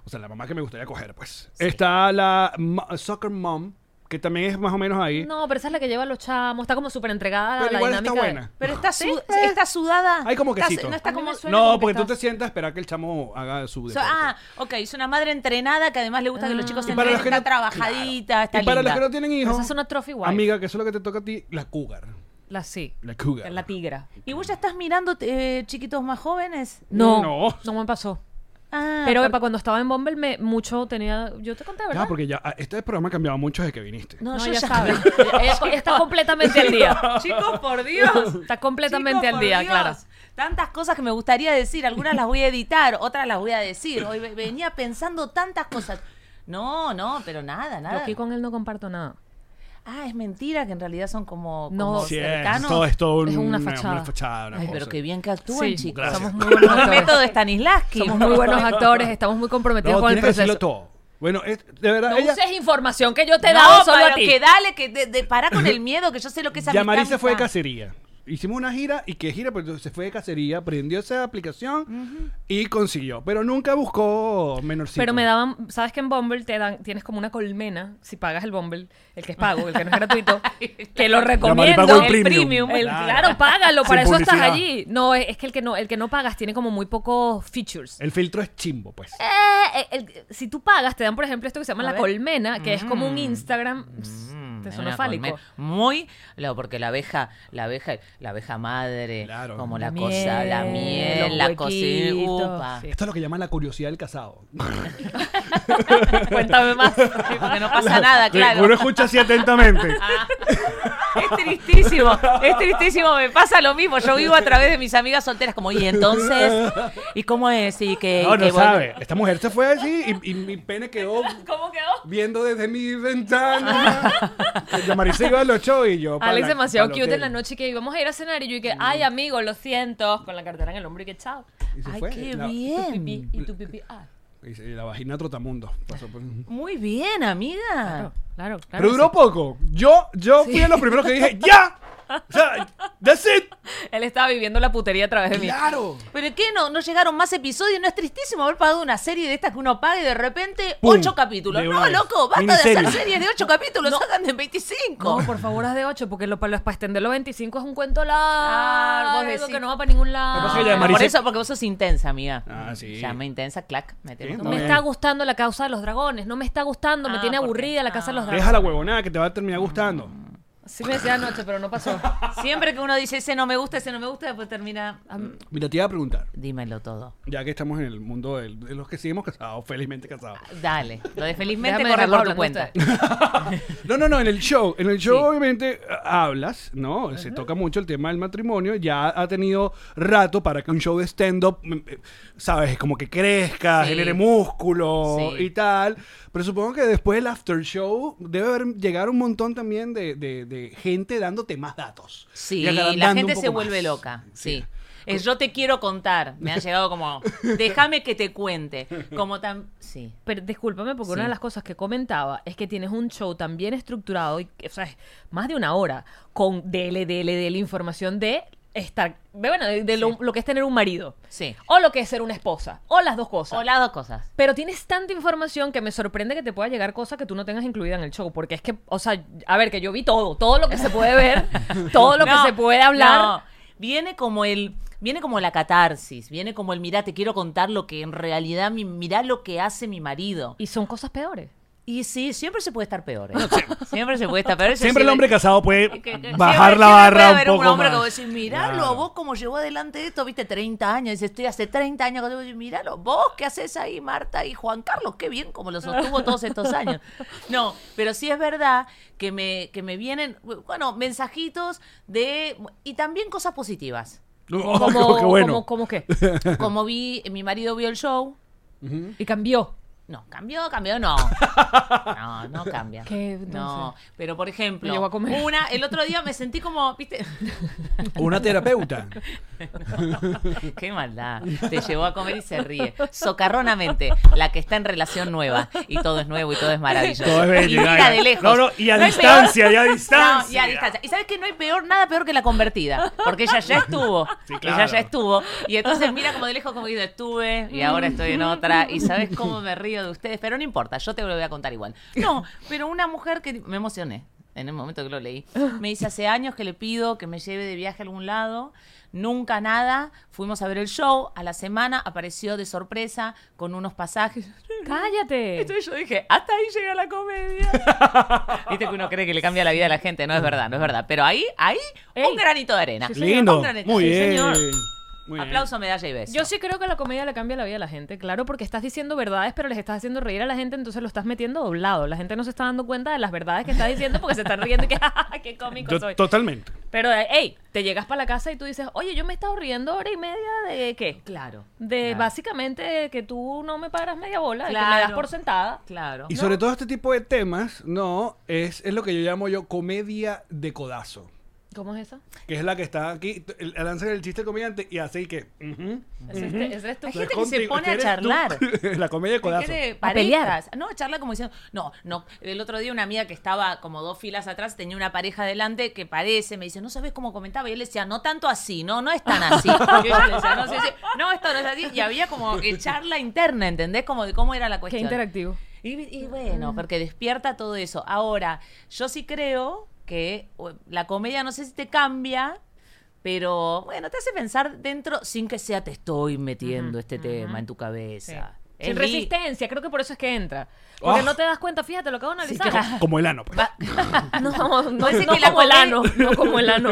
[SPEAKER 3] O sea, la mamá que me gustaría coger, pues. Está la ma- Soccer Mom, que también es más o menos ahí.
[SPEAKER 2] No, pero esa es la que lleva a los chamos. Está como súper entregada a
[SPEAKER 3] Pero
[SPEAKER 2] la
[SPEAKER 3] igual está
[SPEAKER 2] dinámica. de-
[SPEAKER 3] buena.
[SPEAKER 4] Pero está, su- está sudada.
[SPEAKER 3] Hay como
[SPEAKER 4] Está-
[SPEAKER 3] quesito.
[SPEAKER 4] No
[SPEAKER 2] A
[SPEAKER 4] está
[SPEAKER 2] mí
[SPEAKER 4] como.
[SPEAKER 2] me suena como
[SPEAKER 3] No,
[SPEAKER 2] que
[SPEAKER 3] porque tú
[SPEAKER 2] está-
[SPEAKER 3] te sientas a esperar que el chamo haga su
[SPEAKER 4] So-
[SPEAKER 3] deporte.
[SPEAKER 4] ah, ok, es una madre entrenada que además le gusta que los
[SPEAKER 2] Ah.
[SPEAKER 4] chicos se
[SPEAKER 3] Y para
[SPEAKER 4] entrenen,
[SPEAKER 3] los que
[SPEAKER 4] está
[SPEAKER 3] no-
[SPEAKER 4] trabajadita,
[SPEAKER 3] claro.
[SPEAKER 4] está
[SPEAKER 3] Y para
[SPEAKER 4] linda.
[SPEAKER 3] los que no tienen hijos,
[SPEAKER 2] Esa es una trophy wife.
[SPEAKER 3] amiga, que eso es lo que te toca a ti, la cougar.
[SPEAKER 2] La sí.
[SPEAKER 3] La cougar.
[SPEAKER 2] La tigra.
[SPEAKER 4] ¿Y vos ya estás mirando eh, chiquitos más jóvenes?
[SPEAKER 2] No,
[SPEAKER 3] No.
[SPEAKER 2] no, me pasó.
[SPEAKER 4] Ah,
[SPEAKER 2] pero
[SPEAKER 4] por-
[SPEAKER 2] epa, cuando estaba en Bumble, me, mucho tenía. Yo te conté, ¿verdad?
[SPEAKER 3] Ya, porque ya, ah, este programa ha cambiado mucho desde que viniste.
[SPEAKER 4] no,
[SPEAKER 2] No,
[SPEAKER 4] yo
[SPEAKER 2] ya,
[SPEAKER 4] ya,
[SPEAKER 2] sabes. Ella- ella está completamente al día.
[SPEAKER 4] Chicos, por Dios.
[SPEAKER 2] Está completamente
[SPEAKER 4] Chicos,
[SPEAKER 2] al
[SPEAKER 4] por
[SPEAKER 2] día,
[SPEAKER 4] Dios.
[SPEAKER 2] Clara.
[SPEAKER 4] Tantas cosas que me gustaría decir, algunas las voy a editar, otras las voy a decir. Hoy ve- venía pensando tantas cosas. No, no, pero nada,
[SPEAKER 2] Yo
[SPEAKER 4] nada.
[SPEAKER 3] Eh.
[SPEAKER 2] aquí con él no comparto nada.
[SPEAKER 4] Ah, es mentira que en realidad son como,
[SPEAKER 2] No.
[SPEAKER 4] como
[SPEAKER 3] Sí, es,
[SPEAKER 4] cercanos.
[SPEAKER 3] todo es todo
[SPEAKER 2] Es una
[SPEAKER 3] un-
[SPEAKER 2] fachada.
[SPEAKER 3] Una fachada una
[SPEAKER 4] Ay,
[SPEAKER 3] cosa.
[SPEAKER 4] pero qué bien que actúan,
[SPEAKER 2] Sí,
[SPEAKER 4] chicos.
[SPEAKER 3] Gracias.
[SPEAKER 2] Somos muy buenos
[SPEAKER 4] El método
[SPEAKER 2] actores.
[SPEAKER 4] de Stanislavski.
[SPEAKER 2] Somos muy buenos actores, estamos muy comprometidos
[SPEAKER 3] No,
[SPEAKER 2] con el
[SPEAKER 3] tienes que decirlo
[SPEAKER 2] proceso.
[SPEAKER 3] todo. Bueno, es- de verdad,
[SPEAKER 2] No
[SPEAKER 3] ella...
[SPEAKER 2] uses información que yo te he
[SPEAKER 4] No,
[SPEAKER 2] dado solo a
[SPEAKER 4] pero
[SPEAKER 2] ti.
[SPEAKER 4] que dale, que de, de- pará con el miedo, que yo sé lo que es amistad.
[SPEAKER 3] Yamari se Mm. fue de
[SPEAKER 4] amistad.
[SPEAKER 3] cacería. Hicimos una gira y que gira, pero se fue de cacería, prendió esa aplicación y consiguió. Pero nunca buscó menorcito.
[SPEAKER 2] Pero me daban, sabes que en Bumble te dan, tienes como una colmena, si pagas el Bumble, el que es pago, el que no es gratuito, te lo recomiendo.
[SPEAKER 3] pago el
[SPEAKER 2] el
[SPEAKER 3] premium.
[SPEAKER 2] El-
[SPEAKER 3] Claro.
[SPEAKER 2] claro. págalo, para
[SPEAKER 3] Sin
[SPEAKER 2] eso estás
[SPEAKER 3] publicidad.
[SPEAKER 2] allí. No, es, es que el que no, el que no pagas tiene como muy pocos features.
[SPEAKER 3] El filtro es chimbo, pues.
[SPEAKER 2] Eh, eh, el- si tú pagas, te dan, por ejemplo, esto que se llama
[SPEAKER 4] A
[SPEAKER 2] la
[SPEAKER 4] ver.
[SPEAKER 2] colmena, que es como un Instagram. te
[SPEAKER 4] Mm, Es
[SPEAKER 2] suena
[SPEAKER 4] una
[SPEAKER 2] fálico.
[SPEAKER 4] colmena. Muy, claro, porque la abeja, la abeja, la abeja madre,
[SPEAKER 3] Claro.
[SPEAKER 4] como
[SPEAKER 2] La
[SPEAKER 4] la, cosa, la
[SPEAKER 2] miel, los
[SPEAKER 4] miel, la cocina,
[SPEAKER 2] huequitos,
[SPEAKER 4] upa.
[SPEAKER 2] sí.
[SPEAKER 3] Esto es lo que llaman la curiosidad del casado.
[SPEAKER 2] Cuéntame más.
[SPEAKER 4] Porque no pasa nada,
[SPEAKER 3] Uno
[SPEAKER 4] claro.
[SPEAKER 3] escucha así atentamente.
[SPEAKER 2] Ah,
[SPEAKER 4] Es tristísimo, es tristísimo, me pasa lo mismo. Yo vivo a través de mis amigas solteras, como, y entonces, ¿y cómo es? Y que,
[SPEAKER 3] No,
[SPEAKER 4] y que
[SPEAKER 3] no
[SPEAKER 4] vos-
[SPEAKER 3] sabe. Esta mujer se fue así y, y mi pene quedó
[SPEAKER 2] ¿Cómo quedó?
[SPEAKER 3] viendo desde mi ventana. Yamari se iba a los shows y yo.
[SPEAKER 2] Alex
[SPEAKER 3] pa'l-
[SPEAKER 2] demasiado
[SPEAKER 3] pa'l
[SPEAKER 2] cute
[SPEAKER 3] hotel.
[SPEAKER 2] en la noche que íbamos a ir a cenar y yo dije, ay amigo, lo siento, con la cartera en el hombro y que chao.
[SPEAKER 3] Y se
[SPEAKER 4] Ay,
[SPEAKER 3] fue.
[SPEAKER 4] qué
[SPEAKER 3] La-
[SPEAKER 4] bien.
[SPEAKER 2] Y tu pipí, ah.
[SPEAKER 3] y se- y la vagina trotamundo. Pasó por-
[SPEAKER 4] Muy bien, amiga.
[SPEAKER 2] Claro, claro.
[SPEAKER 3] Pero duró poco. Yo, yo fui de los primeros que dije, ¡ya! O sea, that's it.
[SPEAKER 2] Él estaba viviendo la putería a través de mí.
[SPEAKER 3] ¡Claro!
[SPEAKER 4] ¿Pero qué? ¿No, ¿No llegaron más episodios? ¿No es tristísimo haber pagado una serie de estas que uno paga y de repente
[SPEAKER 3] Pum,
[SPEAKER 4] ocho capítulos?
[SPEAKER 3] de
[SPEAKER 4] No,
[SPEAKER 3] una vez.
[SPEAKER 4] loco, basta de
[SPEAKER 3] Miniserie.
[SPEAKER 4] hacer series de ocho capítulos, hagan de 25.
[SPEAKER 2] No, por favor, haz de 8, porque lo, para extenderlo 25 es un cuento
[SPEAKER 4] Claro, vos
[SPEAKER 2] largo
[SPEAKER 4] decís.
[SPEAKER 2] que no va para ningún lado.
[SPEAKER 3] Lo que pasa es que ya Maricel-
[SPEAKER 4] Ah, por eso, porque vos sos intensa, amiga.
[SPEAKER 3] Ah, sí.
[SPEAKER 4] Llama intensa, clac, metemos
[SPEAKER 3] Sí,
[SPEAKER 2] No me
[SPEAKER 3] Bien.
[SPEAKER 2] está gustando la causa de los dragones, no me está gustando, me
[SPEAKER 4] Ah,
[SPEAKER 2] tiene
[SPEAKER 4] ¿por qué?
[SPEAKER 2] aburrida la casa de los
[SPEAKER 3] Deja
[SPEAKER 2] dragones.
[SPEAKER 3] la huevonada que te va a terminar gustando.
[SPEAKER 2] Sí me decía anoche, pero no pasó.
[SPEAKER 4] Siempre que uno dice ese no me gusta, ese no me gusta, después termina. am,
[SPEAKER 3] Mira, te iba a preguntar,
[SPEAKER 4] Dímelo todo.
[SPEAKER 3] ya que estamos en el mundo del- de los que seguimos casados, felizmente casados.
[SPEAKER 4] Dale. Lo de felizmente
[SPEAKER 2] Déjame
[SPEAKER 4] corre
[SPEAKER 2] dejarlo
[SPEAKER 4] por tu
[SPEAKER 2] hablando
[SPEAKER 4] cuenta.
[SPEAKER 2] ustedes.
[SPEAKER 3] No, no, no, en el show. En el show,
[SPEAKER 4] Sí.
[SPEAKER 3] obviamente, ah, hablas, ¿no? Se toca mucho el tema del matrimonio. Ya ha tenido rato para que un show de stand-up, mm, eh, ¿sabes? Como que crezca,
[SPEAKER 4] Sí.
[SPEAKER 3] genere músculo
[SPEAKER 4] Sí.
[SPEAKER 3] y tal. Pero supongo que después del after show debe haber, llegar un montón también de, de- de gente dándote más datos.
[SPEAKER 4] Sí,
[SPEAKER 3] Y agrandando
[SPEAKER 4] la
[SPEAKER 3] un
[SPEAKER 4] gente
[SPEAKER 3] poco
[SPEAKER 4] se vuelve
[SPEAKER 3] más.
[SPEAKER 4] loca. Sí. Es, yo te quiero contar. Me ha llegado como, déjame que te cuente. Como tan. Sí.
[SPEAKER 2] Pero discúlpame, porque una
[SPEAKER 4] Sí.
[SPEAKER 2] de las cosas que comentaba es que tienes un show tan bien estructurado, y, que, o sea, es más de una hora, con dele, dele, dele, información de estar, de, bueno, de, de lo, lo que es tener un marido,
[SPEAKER 4] Sí.
[SPEAKER 2] o lo que es ser una esposa, o las dos cosas.
[SPEAKER 4] O las dos cosas.
[SPEAKER 2] Pero tienes tanta información que me sorprende que te pueda llegar cosas que tú no tengas incluida en el show, porque es que, o sea, a ver, que yo vi todo, todo lo que se puede ver, todo lo
[SPEAKER 4] No,
[SPEAKER 2] que se puede hablar.
[SPEAKER 4] no. Viene como el. Viene como la catarsis, viene como el mirá, te quiero contar lo que en realidad, mi, mirá lo que hace mi marido.
[SPEAKER 2] Y son cosas peores.
[SPEAKER 4] Y sí, siempre se puede estar peor. ¿eh? Siempre se puede estar peor. Eso
[SPEAKER 3] Siempre
[SPEAKER 4] sí,
[SPEAKER 3] el hombre casado
[SPEAKER 4] que-
[SPEAKER 3] puede
[SPEAKER 4] que- siempre-
[SPEAKER 3] bajar
[SPEAKER 4] siempre
[SPEAKER 3] la
[SPEAKER 4] puede
[SPEAKER 3] barra un
[SPEAKER 4] haber
[SPEAKER 3] poco
[SPEAKER 4] hombre que va a
[SPEAKER 3] más.
[SPEAKER 4] decir, miralo,
[SPEAKER 3] Claro.
[SPEAKER 4] vos cómo llevó adelante esto, viste, 30 años. Dice, estoy hace 30 años contigo. Dice, miralo, vos qué haces ahí, Marta y Juan Carlos, qué bien como lo sostuvo todos estos años. No, pero sí es verdad que me, que me vienen, bueno, mensajitos de, y también cosas positivas.
[SPEAKER 3] Oh,
[SPEAKER 2] Como,
[SPEAKER 3] qué
[SPEAKER 2] como,
[SPEAKER 3] bueno.
[SPEAKER 2] como qué.
[SPEAKER 4] Como vi, mi marido vio el show.
[SPEAKER 2] Y cambió.
[SPEAKER 4] No, cambió, cambió, no. No, no cambia.
[SPEAKER 2] ¿Qué, entonces?
[SPEAKER 4] no, pero por ejemplo,
[SPEAKER 2] Me llevó a comer.
[SPEAKER 4] una, el otro día me sentí como, viste,
[SPEAKER 3] Una terapeuta.
[SPEAKER 4] Qué maldad. Te llevó a comer y se ríe. Socarronamente, la que está en relación nueva. Y todo es nuevo y todo es maravilloso.
[SPEAKER 3] Todo es bello,
[SPEAKER 4] Y mira
[SPEAKER 3] ya.
[SPEAKER 4] de lejos.
[SPEAKER 3] No, no, y a
[SPEAKER 4] hay
[SPEAKER 3] distancia,
[SPEAKER 4] peor-
[SPEAKER 3] y a distancia.
[SPEAKER 4] No, y a distancia. Y sabes que no hay peor, nada peor que la convertida. Porque ella ya estuvo.
[SPEAKER 3] Sí, claro.
[SPEAKER 4] Ella ya estuvo. Y entonces mira como de lejos como que estuve y ahora estoy en otra. Y sabes cómo me río de ustedes. Pero no importa, yo te lo voy a contar igual. No, pero una mujer que me emocioné. En el momento que lo leí, me dice hace años que le pido que me lleve de viaje a algún lado, nunca nada, fuimos a ver el show, a la semana apareció de sorpresa con unos pasajes,
[SPEAKER 2] Cállate.
[SPEAKER 4] entonces yo dije, hasta ahí llega la comedia. Viste que uno cree que le cambia la vida a la gente, no es verdad, no es verdad. Pero ahí, ahí,
[SPEAKER 2] Ey.
[SPEAKER 4] un granito de arena.
[SPEAKER 2] Sí, señor.
[SPEAKER 3] Lindo.
[SPEAKER 4] Un granito,
[SPEAKER 3] Muy
[SPEAKER 4] sí,
[SPEAKER 3] bien.
[SPEAKER 4] señor.
[SPEAKER 3] Muy bien.
[SPEAKER 4] Aplauso, medalla y beso.
[SPEAKER 2] Yo sí creo que la comedia le cambia la vida a la gente, claro, porque estás diciendo verdades, pero les estás haciendo reír a la gente, entonces lo estás metiendo doblado. La gente no se está dando cuenta de las verdades que estás diciendo porque se están riendo y que, "Ja, ja, ja, qué cómico
[SPEAKER 3] Yo-
[SPEAKER 2] soy.
[SPEAKER 3] Totalmente.
[SPEAKER 2] Pero, eh, hey, te llegas para la casa y tú dices, oye, yo me he estado riendo hora y media de qué?
[SPEAKER 4] Claro.
[SPEAKER 2] De
[SPEAKER 4] claro.
[SPEAKER 2] básicamente que tú no me paras media bola, de que me das
[SPEAKER 4] Claro.
[SPEAKER 2] por sentada.
[SPEAKER 4] Claro.
[SPEAKER 3] Y sobre todo este tipo de temas, no, es, es lo que yo llamo yo comedia de codazo.
[SPEAKER 2] ¿Cómo es eso?
[SPEAKER 3] Que es la que está aquí, t- el- lanzan el chiste del comediante y así que... ujú,
[SPEAKER 2] Es este- es esto-
[SPEAKER 4] Hay
[SPEAKER 3] no es
[SPEAKER 4] gente que se
[SPEAKER 3] contigo,
[SPEAKER 4] pone a
[SPEAKER 3] eres tú.
[SPEAKER 4] charlar.
[SPEAKER 3] la comedia de codazo.
[SPEAKER 4] Quiere
[SPEAKER 2] A pelear.
[SPEAKER 4] parejas. No, charla como diciendo, no, no. El otro día una amiga que estaba como dos filas atrás tenía una pareja delante que parece, me dice, no sabes cómo comentaba. Y él decía, no tanto así, no, no es tan así. Y yo le decía, no, sí, sí, no, esto no es así. Y había como eh, charla interna, ¿entendés? Como de cómo era la
[SPEAKER 2] Qué
[SPEAKER 4] cuestión.
[SPEAKER 2] interactivo.
[SPEAKER 4] Y,
[SPEAKER 2] Ah,
[SPEAKER 4] y bueno, porque despierta todo eso. Ahora, yo sí creo que u- la comedia no sé si te cambia, pero bueno, te hace pensar dentro sin que sea te estoy metiendo este tema en tu cabeza. Es
[SPEAKER 2] Sin
[SPEAKER 4] li-
[SPEAKER 2] resistencia, creo que por eso es que entra. Porque
[SPEAKER 3] Oh.
[SPEAKER 2] no te das cuenta, fíjate, lo acabo de analizar.
[SPEAKER 3] Co- Como el ano, pues.
[SPEAKER 2] No, no, no,
[SPEAKER 4] Parece que la
[SPEAKER 2] como el
[SPEAKER 4] comedia-
[SPEAKER 2] ano, no como el ano.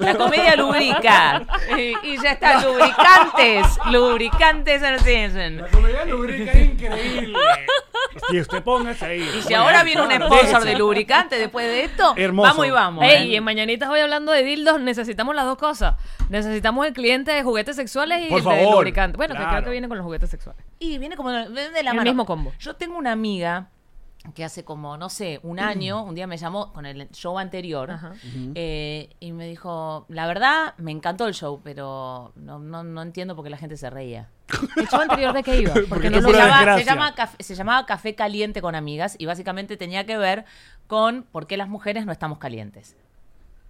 [SPEAKER 4] La comedia lubrica. y, y ya está, lubricantes. Lubricantes Association.
[SPEAKER 3] comedia lubrica es increíble. Si usted póngase ahí.
[SPEAKER 4] Y si ahora viene un sponsor de lubricante después de esto,
[SPEAKER 3] Hermoso.
[SPEAKER 4] vamos y vamos. ¿eh?
[SPEAKER 2] Ey, en Mañanitas hoy hablando de dildos, necesitamos las dos cosas. Necesitamos el cliente de juguetes sexuales y
[SPEAKER 3] Por
[SPEAKER 2] el de
[SPEAKER 3] favor,
[SPEAKER 2] lubricante. Bueno, que creo
[SPEAKER 3] claro.
[SPEAKER 2] que viene con los juguetes sexuales.
[SPEAKER 4] Y viene como de de la
[SPEAKER 2] El
[SPEAKER 4] mano.
[SPEAKER 2] mismo combo.
[SPEAKER 4] Yo tengo una amiga que hace como, no sé, un año, un día me llamó con el show anterior
[SPEAKER 2] Ajá.
[SPEAKER 4] eh, y me dijo, la verdad, me encantó el show, pero no, no, no entiendo por qué la gente se reía.
[SPEAKER 2] ¿El show anterior de qué iba?
[SPEAKER 3] Porque
[SPEAKER 2] no
[SPEAKER 3] tú
[SPEAKER 2] lo
[SPEAKER 4] se,
[SPEAKER 3] pura
[SPEAKER 2] grabas.
[SPEAKER 4] llama- se
[SPEAKER 3] desgracia.
[SPEAKER 4] llama caf- se llamaba Café Caliente con Amigas y básicamente tenía que ver con por qué las mujeres no estamos calientes.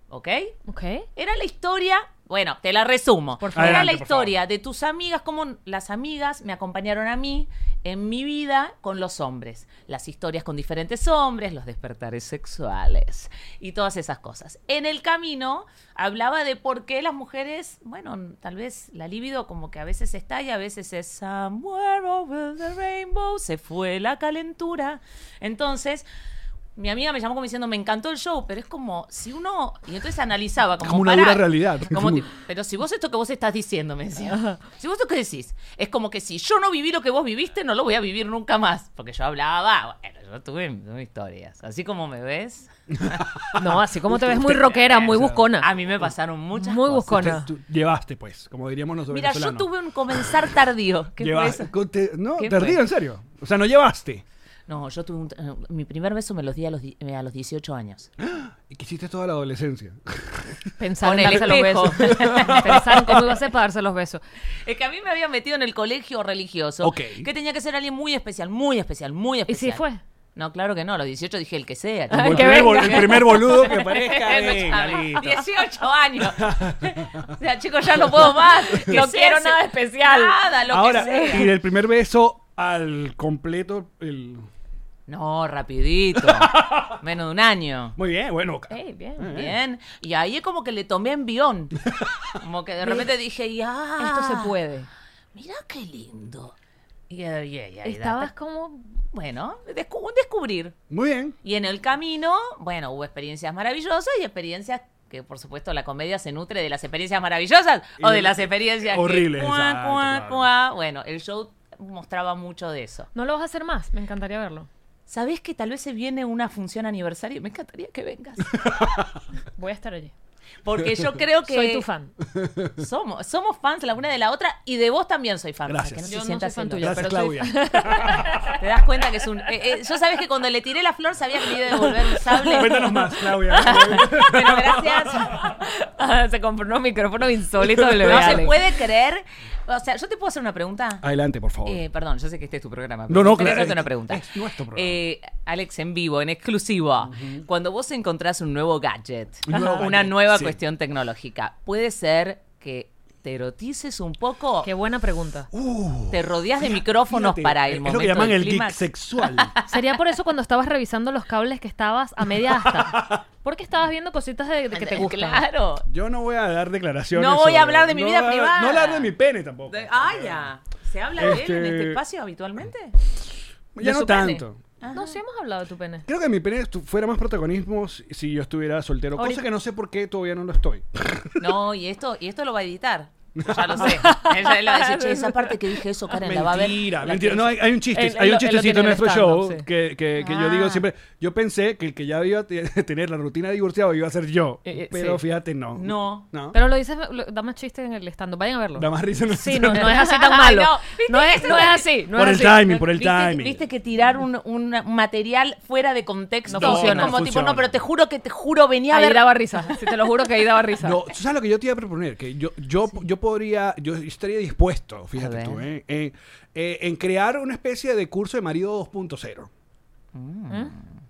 [SPEAKER 4] ¿Ok?
[SPEAKER 2] Ok.
[SPEAKER 4] Era la historia, bueno, te la resumo.
[SPEAKER 2] Por
[SPEAKER 3] favor.
[SPEAKER 4] Era la
[SPEAKER 3] Adelante, por favor.
[SPEAKER 4] historia de tus amigas, cómo las amigas me acompañaron a mí en mi vida con los hombres. Las historias con diferentes hombres, los despertares sexuales y todas esas cosas. En el camino hablaba de por qué las mujeres, bueno, tal vez la libido como que a veces está y a veces es somewhere over the rainbow, se fue la calentura. Entonces... Mi amiga me llamó como diciendo, me encantó el show, pero es como, si uno... Y entonces analizaba como...
[SPEAKER 3] Como una
[SPEAKER 4] pará,
[SPEAKER 3] dura realidad.
[SPEAKER 4] como ti- pero si vos esto que vos estás diciendo, me decía. Si vos esto que decís, es como que si yo no viví lo que vos viviste, no lo voy a vivir nunca más. Porque yo hablaba, bueno, yo tuve, tuve historias. Así como me ves,
[SPEAKER 2] No, así como te ves muy rockera, muy buscona.
[SPEAKER 4] a mí me pasaron muchas
[SPEAKER 2] Muy
[SPEAKER 4] cosas.
[SPEAKER 2] buscona.
[SPEAKER 3] Usted- tú llevaste, pues, como diríamos nosotros.
[SPEAKER 4] Mira, yo
[SPEAKER 3] venezolanos.
[SPEAKER 4] tuve un comenzar tardío. ¿Qué fue
[SPEAKER 3] Llevaste-
[SPEAKER 4] eso?
[SPEAKER 3] con- te- no,
[SPEAKER 4] ¿Qué
[SPEAKER 3] te
[SPEAKER 4] fue?
[SPEAKER 3] río, en serio. O sea, no llevaste.
[SPEAKER 4] No, yo tuve un, eh, mi primer beso me los di a los, di- eh, a los 18 años.
[SPEAKER 3] Y que hiciste toda la adolescencia.
[SPEAKER 2] Pensar
[SPEAKER 4] Con
[SPEAKER 2] en
[SPEAKER 4] el
[SPEAKER 2] darse los besos. Pensar en cómo iba a ser para darse los besos.
[SPEAKER 4] Es que a mí me habían metido en el colegio religioso.
[SPEAKER 3] Ok.
[SPEAKER 4] Que tenía que ser alguien muy especial, muy especial, muy
[SPEAKER 2] ¿Y
[SPEAKER 4] especial.
[SPEAKER 2] sí fue?
[SPEAKER 4] No, claro que no. A los 18 dije el que sea.
[SPEAKER 2] Ay,
[SPEAKER 3] el,
[SPEAKER 2] que
[SPEAKER 3] primer, bol-
[SPEAKER 2] venga.
[SPEAKER 3] el primer boludo que parezca. venga,
[SPEAKER 4] Escúchame,
[SPEAKER 3] listo.
[SPEAKER 4] 18 años. O sea, chicos, ya no puedo más. Que
[SPEAKER 2] No
[SPEAKER 4] sea
[SPEAKER 2] quiero
[SPEAKER 4] ese-
[SPEAKER 2] nada especial.
[SPEAKER 4] Nada, lo
[SPEAKER 3] Ahora,
[SPEAKER 4] que sea.
[SPEAKER 3] y del primer beso al completo. el-
[SPEAKER 4] No, rapidito. Menos de un año.
[SPEAKER 3] Muy bien, bueno.
[SPEAKER 4] Eh.
[SPEAKER 2] Ey, bien.
[SPEAKER 4] Bien. Y ahí es como que le tomé envión. Como que de repente dije, ya.
[SPEAKER 2] Esto se puede.
[SPEAKER 4] Mira qué lindo. Y, ahí- y ahí- ahí-
[SPEAKER 2] Estabas como...
[SPEAKER 4] Bueno, descu- un descubrir.
[SPEAKER 3] Muy bien.
[SPEAKER 4] Y en el camino, bueno, hubo experiencias maravillosas y experiencias que, por supuesto, la comedia se nutre de las experiencias maravillosas
[SPEAKER 3] Y
[SPEAKER 4] o
[SPEAKER 3] de
[SPEAKER 4] de las
[SPEAKER 3] las
[SPEAKER 4] experiencias
[SPEAKER 3] horribles,
[SPEAKER 4] Que,
[SPEAKER 3] exacto, claro.
[SPEAKER 4] cuá. Bueno, el show mostraba mucho de eso.
[SPEAKER 2] No lo vas a hacer más. Me encantaría verlo.
[SPEAKER 4] ¿Sabés que tal vez se viene una función aniversario? Me encantaría que vengas.
[SPEAKER 2] Voy a estar allí.
[SPEAKER 4] Porque yo creo que.
[SPEAKER 2] Soy tu fan.
[SPEAKER 4] Somos, somos fans la una de la otra y de vos también soy fan.
[SPEAKER 3] Gracias.
[SPEAKER 4] para que
[SPEAKER 2] Yo
[SPEAKER 4] no
[SPEAKER 2] no
[SPEAKER 4] se sienta
[SPEAKER 2] soy fan
[SPEAKER 4] celoso.
[SPEAKER 2] tuya.
[SPEAKER 3] Gracias,
[SPEAKER 2] pero soy-
[SPEAKER 3] Claudia.
[SPEAKER 4] Te das cuenta que es un. eh, eh, yo sabés que cuando le tiré la flor sabía que le iba a devolver un sable.
[SPEAKER 3] Cuéntanos más, Claudia.
[SPEAKER 4] Pero gracias.
[SPEAKER 2] se compró un micrófono insólito de
[SPEAKER 4] No se
[SPEAKER 2] Alex.
[SPEAKER 4] puede creer. O sea, yo te puedo hacer una pregunta.
[SPEAKER 3] Adelante, por favor.
[SPEAKER 4] Eh, perdón, yo sé que este es tu programa.
[SPEAKER 3] No, no,
[SPEAKER 4] pero me interesa
[SPEAKER 3] claro,
[SPEAKER 4] hacerte
[SPEAKER 3] es-
[SPEAKER 4] una pregunta.
[SPEAKER 3] es nuestro programa.
[SPEAKER 4] Eh, Alex, en vivo, en exclusiva. Cuando vos encontrás un nuevo gadget,
[SPEAKER 3] Un nuevo
[SPEAKER 4] una
[SPEAKER 3] gadget,
[SPEAKER 4] nueva
[SPEAKER 3] sí.
[SPEAKER 4] cuestión tecnológica, puede ser que te erotices un poco,
[SPEAKER 2] Qué buena pregunta.
[SPEAKER 3] Uh,
[SPEAKER 4] te rodeas de micrófonos
[SPEAKER 3] fíjate,
[SPEAKER 4] para el
[SPEAKER 3] es
[SPEAKER 4] momento
[SPEAKER 3] lo que llaman
[SPEAKER 4] del
[SPEAKER 3] el geek
[SPEAKER 4] clímax.
[SPEAKER 3] sexual.
[SPEAKER 2] Sería por eso cuando estabas revisando los cables que estabas a media asta. Porque estabas viendo cositas de, de que
[SPEAKER 3] Eh,
[SPEAKER 2] te gustan.
[SPEAKER 4] Claro.
[SPEAKER 3] Yo no voy a dar declaraciones.
[SPEAKER 4] No voy a
[SPEAKER 3] sobre-
[SPEAKER 4] hablar de mi
[SPEAKER 3] no
[SPEAKER 4] vida
[SPEAKER 3] voy a-
[SPEAKER 4] privada.
[SPEAKER 3] No hablar de mi pene tampoco.
[SPEAKER 4] De- ah, ya. ¿Se habla de él en
[SPEAKER 3] Este-
[SPEAKER 4] este espacio habitualmente?
[SPEAKER 3] Ya
[SPEAKER 4] de
[SPEAKER 3] no
[SPEAKER 4] su pene.
[SPEAKER 3] tanto.
[SPEAKER 2] No, sí hemos hablado de tu pene.
[SPEAKER 3] Creo que mi pene estu- fuera más protagonismo si- si yo estuviera soltero. Cosa
[SPEAKER 2] Ahorita-
[SPEAKER 3] que no sé por qué todavía no lo estoy.
[SPEAKER 4] No, y esto, y esto lo va a editar. Ya lo sé. Ella lo dice, "Che, esa parte que dije eso, Karen, la va a ver.
[SPEAKER 3] Mentira,
[SPEAKER 4] La
[SPEAKER 3] mentira.
[SPEAKER 4] que-
[SPEAKER 3] No, hay, hay un chiste,
[SPEAKER 2] Él- él
[SPEAKER 3] hay
[SPEAKER 2] lo- él
[SPEAKER 3] un
[SPEAKER 2] lo tiene
[SPEAKER 3] chistecito en
[SPEAKER 2] en
[SPEAKER 3] nuestro show
[SPEAKER 2] stand-up, sí.
[SPEAKER 3] que, que- que yo digo
[SPEAKER 4] Ah.
[SPEAKER 3] siempre, yo pensé que el que ya iba a te- tener la rutina de divorciado iba a ser yo,
[SPEAKER 2] Eh, eh,
[SPEAKER 3] pero
[SPEAKER 2] sí.
[SPEAKER 3] fíjate, no.
[SPEAKER 4] No.
[SPEAKER 3] No.
[SPEAKER 2] Pero lo dices, lo- da más chiste en el stand Vayan a verlo.
[SPEAKER 3] Da más risa. en
[SPEAKER 2] Sí, no,
[SPEAKER 3] nuestro-
[SPEAKER 2] no es así tan malo.
[SPEAKER 4] Ay, no.
[SPEAKER 2] no, es, no es así. No
[SPEAKER 3] por el
[SPEAKER 2] es así.
[SPEAKER 3] timing, por el
[SPEAKER 4] ¿Viste, que-
[SPEAKER 3] timing.
[SPEAKER 4] viste que tirar un, un material fuera de contexto
[SPEAKER 2] No funciona.
[SPEAKER 4] es como
[SPEAKER 3] No
[SPEAKER 4] tipo,
[SPEAKER 3] funciona.
[SPEAKER 4] no, pero te juro que te juro, venía a
[SPEAKER 2] Ahí
[SPEAKER 4] ver.
[SPEAKER 2] daba risa. Sí, te lo juro que ahí daba risa.
[SPEAKER 3] No, ¿tú ¿sabes lo que yo te iba a proponer? Que yo, yo, yo podría, yo estaría dispuesto, fíjate
[SPEAKER 4] ver.
[SPEAKER 3] tú, ¿eh? en, eh, en crear una especie de curso de marido 2.0.
[SPEAKER 4] Mm.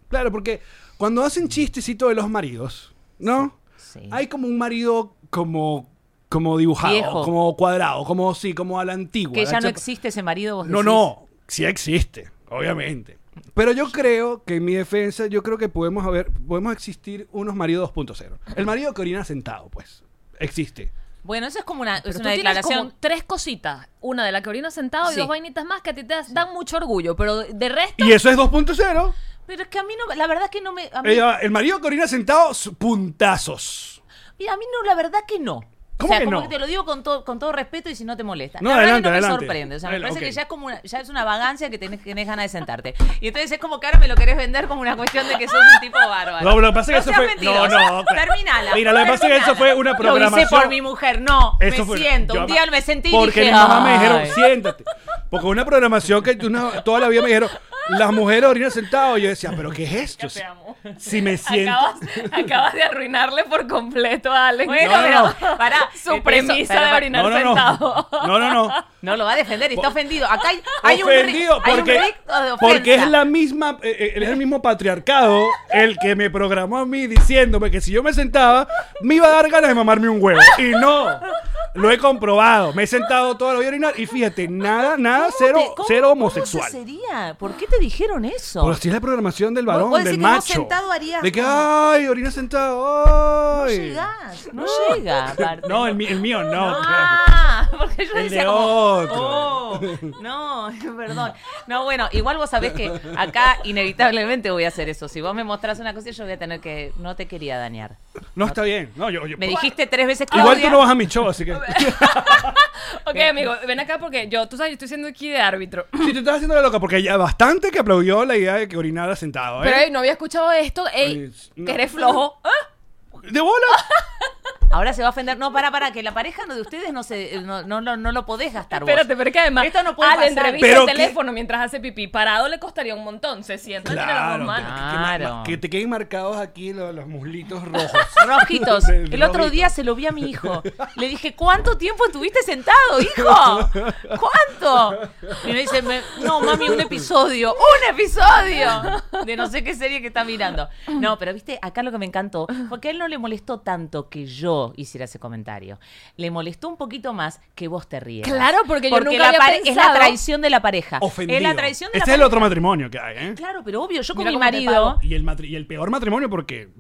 [SPEAKER 3] Claro, porque cuando hacen chistecito de los maridos, ¿no?
[SPEAKER 4] Sí.
[SPEAKER 3] Hay como un marido como, como dibujado,
[SPEAKER 4] Viejo.
[SPEAKER 3] como cuadrado, como sí, como a la antigua.
[SPEAKER 4] que
[SPEAKER 3] la
[SPEAKER 4] ya no
[SPEAKER 3] chapa-
[SPEAKER 4] existe ese marido. vos
[SPEAKER 3] No,
[SPEAKER 4] decís.
[SPEAKER 3] no, sí existe, obviamente. Pero yo creo que en mi defensa, yo creo que podemos haber, podemos existir unos maridos 2.0. El marido que orina sentado, pues, existe.
[SPEAKER 4] Bueno, eso es como una,
[SPEAKER 2] Pero
[SPEAKER 4] es
[SPEAKER 2] tú
[SPEAKER 4] una
[SPEAKER 2] tienes
[SPEAKER 4] declaración.
[SPEAKER 2] como tres cositas. Una de la que orina sentado y
[SPEAKER 4] Sí.
[SPEAKER 2] dos vainitas más que a ti te dan mucho orgullo. Pero de resto,
[SPEAKER 3] Y eso es 2.0.
[SPEAKER 4] Pero es que a mí no, la verdad que no me. A mí,
[SPEAKER 3] Ella- El marido que orina sentado, su- puntazos.
[SPEAKER 4] mira, a mí no, la verdad que no.
[SPEAKER 3] ¿Cómo
[SPEAKER 4] o sea,
[SPEAKER 3] que
[SPEAKER 4] como
[SPEAKER 3] no?
[SPEAKER 4] que te lo digo con todo, con todo respeto y si no te molesta.
[SPEAKER 3] No,
[SPEAKER 4] la verdad
[SPEAKER 3] adelante,
[SPEAKER 4] que no
[SPEAKER 3] adelante.
[SPEAKER 4] me sorprende. O sea, me
[SPEAKER 3] Adelante,
[SPEAKER 4] parece
[SPEAKER 3] ok.
[SPEAKER 4] que ya es como una, ya es una vagancia que tenés, tenés ganas de sentarte. Y entonces es como que ahora me lo querés vender como una cuestión de que sos un tipo bárbaro.
[SPEAKER 3] No, lo que pasa es que eso
[SPEAKER 4] seas
[SPEAKER 3] fue-
[SPEAKER 4] mentiroso.
[SPEAKER 3] no, no, claro.
[SPEAKER 4] Terminala.
[SPEAKER 3] Mira, lo que pasa es que eso
[SPEAKER 4] terminala.
[SPEAKER 3] fue una
[SPEAKER 4] Lo hice por
[SPEAKER 3] programación-
[SPEAKER 4] mi mujer, no.
[SPEAKER 3] Eso
[SPEAKER 4] me
[SPEAKER 3] fue-
[SPEAKER 4] siento.
[SPEAKER 3] yo
[SPEAKER 4] Un
[SPEAKER 3] ama-
[SPEAKER 4] día me sentí y
[SPEAKER 3] Porque
[SPEAKER 4] dije.
[SPEAKER 3] mi mamá me
[SPEAKER 4] "Ay".
[SPEAKER 3] dijeron, siéntate. Porque una programación que tú no- toda la vida me dijeron, las mujeres orinan sentado. Y yo decía, ¿pero qué es esto? Si, si me siento.
[SPEAKER 2] acabas, acabas de arruinarle por completo a Alex.
[SPEAKER 4] Bueno, pero pará,
[SPEAKER 2] Su
[SPEAKER 4] eh,
[SPEAKER 2] premisa
[SPEAKER 4] eso-
[SPEAKER 2] de
[SPEAKER 4] pero-
[SPEAKER 2] orinar
[SPEAKER 3] No, no, no.
[SPEAKER 2] sentado.
[SPEAKER 3] No, no, no.
[SPEAKER 4] No lo va a defender y está ofendido. Acá hay, hay un
[SPEAKER 3] ofendido
[SPEAKER 4] ri- hay un
[SPEAKER 3] porque,
[SPEAKER 4] ricto de ofensa.
[SPEAKER 3] porque es la misma eh, eh, es el mismo patriarcado el que me programó a mí diciéndome que si yo me sentaba me iba a dar ganas de mamarme un huevo y no lo he comprobado me he sentado toda la vida a orinar y fíjate nada nada cero
[SPEAKER 4] ¿Cómo te- cómo-
[SPEAKER 3] cero homosexual
[SPEAKER 4] ¿Cómo sería? ¿Por qué te dijeron eso?
[SPEAKER 3] pero si es la programación del varón
[SPEAKER 4] vos decís
[SPEAKER 3] del
[SPEAKER 4] que vos
[SPEAKER 3] macho
[SPEAKER 4] sentado harías
[SPEAKER 3] de que
[SPEAKER 4] como-
[SPEAKER 3] ay orina sentado
[SPEAKER 4] no
[SPEAKER 3] ay".
[SPEAKER 4] llegás, no llega. aparte.
[SPEAKER 3] no el, mí- el mío no claro.
[SPEAKER 4] Ah, porque yo
[SPEAKER 3] El
[SPEAKER 4] decía
[SPEAKER 3] de
[SPEAKER 4] como,
[SPEAKER 3] otro.
[SPEAKER 4] "Oh, no, perdón. No, bueno, igual vos sabés que acá inevitablemente voy a hacer eso. Si vos me mostrás una cosa, yo voy a tener que. No te quería dañar.
[SPEAKER 3] no está bien no yo, yo-
[SPEAKER 4] Me "Ah, dijiste tres veces que
[SPEAKER 3] igual tú no vas a mi show así que
[SPEAKER 2] Ok, amigo, ven acá porque yo, tú sabes, yo estoy siendo aquí de árbitro.
[SPEAKER 3] Si te estás haciendo la loca, porque ya bastante que aplaudió la idea de que orinara sentado,
[SPEAKER 2] Pero
[SPEAKER 3] ¿eh?
[SPEAKER 2] ey, no había escuchado esto. Ey,
[SPEAKER 3] Pues, no.
[SPEAKER 2] que eres flojo. Ah,
[SPEAKER 3] ¡De bola!
[SPEAKER 4] Ahora se va a ofender. No, para, para, que la pareja no- de ustedes no, se, eh, no, no, no, no lo podés gastar vos.
[SPEAKER 2] Espérate, pero es que además
[SPEAKER 4] Esto no puede
[SPEAKER 2] Allen
[SPEAKER 4] pasar.
[SPEAKER 2] revisa
[SPEAKER 3] Pero
[SPEAKER 2] el
[SPEAKER 3] qué-
[SPEAKER 2] teléfono mientras hace pipí. Parado le costaría un montón. Se sienta entre las
[SPEAKER 3] Claro,
[SPEAKER 2] dos manos.
[SPEAKER 3] que-
[SPEAKER 4] Claro.
[SPEAKER 3] Que, que te queden marcados aquí los, los muslitos rojos.
[SPEAKER 4] Rojitos.
[SPEAKER 3] Del
[SPEAKER 4] El otro
[SPEAKER 3] rojito.
[SPEAKER 4] día se lo vi a mi hijo. Le dije, ¿cuánto tiempo estuviste sentado, hijo? ¿Cuánto? Y me dice, me- no, mami, un episodio. ¡Un episodio! De no sé qué serie que está mirando. No, pero viste, acá lo que me encantó fue que a él no le molestó tanto que yo hiciera ese comentario. Le molestó un poquito más que vos te ríes.
[SPEAKER 2] Claro, porque yo nunca
[SPEAKER 4] la
[SPEAKER 2] había
[SPEAKER 4] pare- Es la
[SPEAKER 2] pensado-
[SPEAKER 4] traición de la pareja.
[SPEAKER 3] Ofendido.
[SPEAKER 4] Es la traición de
[SPEAKER 3] Este
[SPEAKER 4] la
[SPEAKER 3] es el
[SPEAKER 4] pareja.
[SPEAKER 3] otro matrimonio que hay, ¿eh?
[SPEAKER 4] Claro, pero obvio, yo con
[SPEAKER 2] Mira
[SPEAKER 4] mi
[SPEAKER 2] cómo te
[SPEAKER 4] marido...
[SPEAKER 2] pago.
[SPEAKER 3] Y el, matri- y el peor matrimonio porque...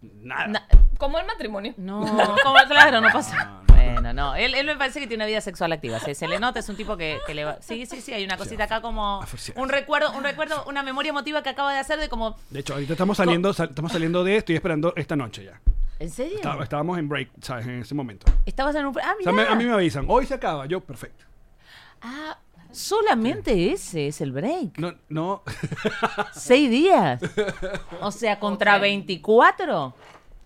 [SPEAKER 3] Nada.
[SPEAKER 4] Na-
[SPEAKER 2] Como el matrimonio.
[SPEAKER 4] No, como, claro, no pasa. Bueno, no. Él, él me parece que tiene una vida sexual activa. Se, se le nota, es un tipo que, que le va. Sí, sí, sí, hay una cosita acá como
[SPEAKER 3] sí.
[SPEAKER 4] un recuerdo, un recuerdo, una memoria emotiva que acaba de hacer de como.
[SPEAKER 3] De hecho, ahorita estamos saliendo, sal- estamos saliendo de esto y esperando esta noche ya.
[SPEAKER 4] ¿En serio?
[SPEAKER 3] Está- Estábamos en break, ¿sabes? En ese momento.
[SPEAKER 4] Estabas en un. Ah,
[SPEAKER 3] O sea, me-
[SPEAKER 4] mira.
[SPEAKER 3] a mí me avisan, hoy se acaba, yo, perfecto.
[SPEAKER 4] Ah, solamente ese es el break.
[SPEAKER 3] No, no,
[SPEAKER 4] Seis días. O sea, contra 24.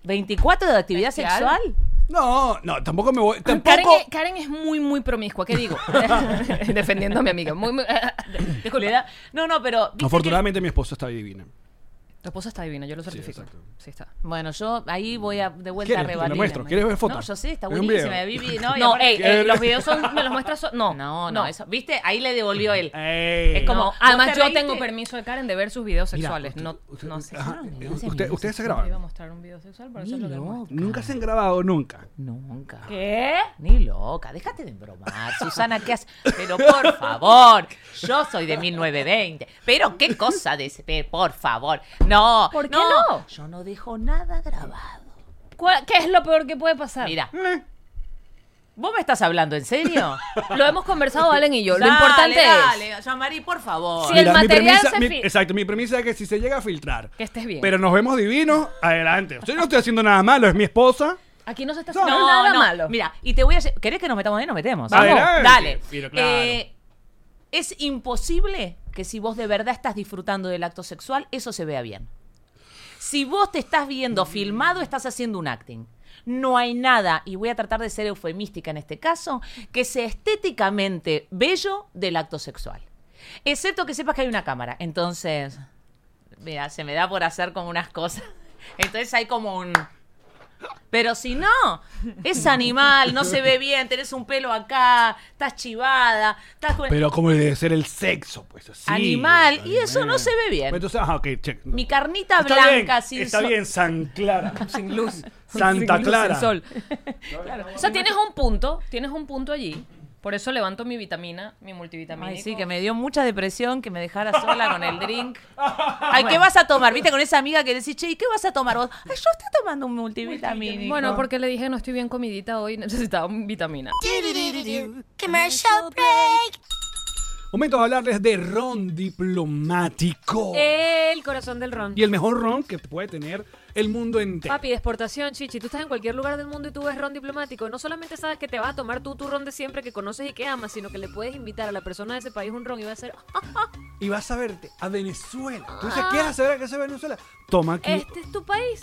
[SPEAKER 4] 24 de actividad
[SPEAKER 2] Especial.
[SPEAKER 4] sexual.
[SPEAKER 3] no, no, tampoco me voy,
[SPEAKER 2] Karen,
[SPEAKER 3] tampoco...
[SPEAKER 2] es- Karen es muy, muy promiscua. ¿Qué digo? Defendiendo a mi amiga. Muy, muy,
[SPEAKER 4] Le da- No, no, pero. ¿viste que-
[SPEAKER 3] Afortunadamente mi esposa está divina.
[SPEAKER 2] Tu esposa está divina, yo lo certifico.
[SPEAKER 3] exacto.
[SPEAKER 2] Sí, está.
[SPEAKER 4] Bueno, yo ahí voy a de vuelta
[SPEAKER 3] ¿Quieres?
[SPEAKER 4] a
[SPEAKER 3] Te la
[SPEAKER 4] rebatir.
[SPEAKER 3] muestro. ¿Quieres ver fotos?
[SPEAKER 4] No, yo sé, está
[SPEAKER 3] Es un
[SPEAKER 4] buenísima.
[SPEAKER 3] video.
[SPEAKER 4] Vivi, no, y
[SPEAKER 2] No,
[SPEAKER 4] aparte-
[SPEAKER 2] ey, ey, los videos son, me los muestras. son- no,
[SPEAKER 4] No, no, eso. ¿Viste? Ahí le devolvió él.
[SPEAKER 3] Ey.
[SPEAKER 4] Es como- "Ah,
[SPEAKER 2] No,
[SPEAKER 4] ¿Vos
[SPEAKER 2] además
[SPEAKER 4] te
[SPEAKER 2] yo
[SPEAKER 4] reíste?
[SPEAKER 2] tengo permiso de Karen de ver sus videos
[SPEAKER 3] Mira,
[SPEAKER 2] sexuales.
[SPEAKER 3] usted-
[SPEAKER 2] no,
[SPEAKER 3] usted-
[SPEAKER 2] no sé.
[SPEAKER 3] ajá,
[SPEAKER 2] No,
[SPEAKER 3] eh,
[SPEAKER 4] no se
[SPEAKER 3] usted-
[SPEAKER 4] animó,
[SPEAKER 3] ustedes se
[SPEAKER 2] iba a
[SPEAKER 3] graban.
[SPEAKER 2] mostrar un video sexual, por eso
[SPEAKER 4] Ni
[SPEAKER 2] es lo que le muestro.
[SPEAKER 4] loca.
[SPEAKER 3] Nunca se han grabado, nunca.
[SPEAKER 4] Nunca.
[SPEAKER 2] ¿Qué?
[SPEAKER 4] Ni loca. Déjate de bromar. Susana, ¿qué haces? Pero por favor. Yo soy de 1920. Pero qué cosa de ese. pero Por favor. No.
[SPEAKER 2] ¿Por qué no?
[SPEAKER 4] Yo no dejo nada grabado.
[SPEAKER 2] ¿Cuál- ¿Qué es lo peor que puede pasar?
[SPEAKER 4] Mira.
[SPEAKER 2] Eh.
[SPEAKER 4] ¿Vos me estás hablando en serio?
[SPEAKER 2] Lo hemos conversado Allen y yo. Lo importante es
[SPEAKER 4] Dale, Jean-Marie, por favor.
[SPEAKER 2] Sí. el material
[SPEAKER 3] mi premisa,
[SPEAKER 2] se
[SPEAKER 3] mi-
[SPEAKER 2] fil-
[SPEAKER 3] Exacto, mi premisa es que si se llega a filtrar,
[SPEAKER 2] que estés bien.
[SPEAKER 3] pero nos vemos divinos, adelante. Yo no estoy haciendo nada malo, es mi esposa.
[SPEAKER 2] Aquí no se está
[SPEAKER 3] No,
[SPEAKER 2] haciendo nada malo.
[SPEAKER 4] Mira, y te voy a... lle- ¿Querés que nos metamos ahí? Nos metemos.
[SPEAKER 3] Vamos. Adelante.
[SPEAKER 4] Dale.
[SPEAKER 6] Pero claro.
[SPEAKER 4] Eh, es imposible que si vos de verdad estás disfrutando del acto sexual, eso se vea bien. Si vos te estás viendo filmado, estás haciendo un acting. No hay nada, y voy a tratar de ser eufemística en este caso, que sea estéticamente bello del acto sexual. Excepto que sepas que hay una cámara. Entonces, mira, se me da por hacer como unas cosas. Entonces hay como un... Pero si no, es animal, no se ve bien, tenés un pelo acá, estás chivada, estás con...
[SPEAKER 3] Pero como debe ser el sexo, pues así.
[SPEAKER 4] Animal, y eso no se ve bien.
[SPEAKER 3] Entonces, ah, ok, check.
[SPEAKER 4] Mi carnita
[SPEAKER 3] Está
[SPEAKER 4] blanca
[SPEAKER 3] bien,
[SPEAKER 4] sin
[SPEAKER 3] Está
[SPEAKER 4] sol.
[SPEAKER 3] bien, San Clara.
[SPEAKER 2] sin luz.
[SPEAKER 3] Santa
[SPEAKER 2] Sin luz,
[SPEAKER 3] Clara.
[SPEAKER 2] sin sol. O sea, tienes un punto, tienes un punto allí. Por eso levanto mi vitamina, mi multivitamina.
[SPEAKER 4] Ay, sí, que me dio mucha depresión que me dejara sola con el drink. Ay, ¿qué vas a tomar? Viste, con esa amiga que decís, che, ¿y qué vas a tomar vos? Ay, yo estoy tomando un multivitamínico.
[SPEAKER 2] Bueno, porque le dije no estoy bien comidita hoy, necesitaba vitamina.
[SPEAKER 1] Commercial break.
[SPEAKER 3] Momento de hablarles de ron diplomático.
[SPEAKER 2] El corazón del ron.
[SPEAKER 3] Y el mejor ron que puede tener el mundo entero.
[SPEAKER 2] Papi, de exportación, chichi. Tú estás en cualquier lugar del mundo y tú ves ron diplomático. No solamente sabes que te vas a tomar tú tu ron de siempre que conoces y que amas, sino que le puedes invitar a la persona de ese país un ron y va a ser. "Ah,
[SPEAKER 3] Y vas a verte a Venezuela. Tú dices, ¿quieres saber a qué es Venezuela? Toma aquí.
[SPEAKER 2] Este es tu país.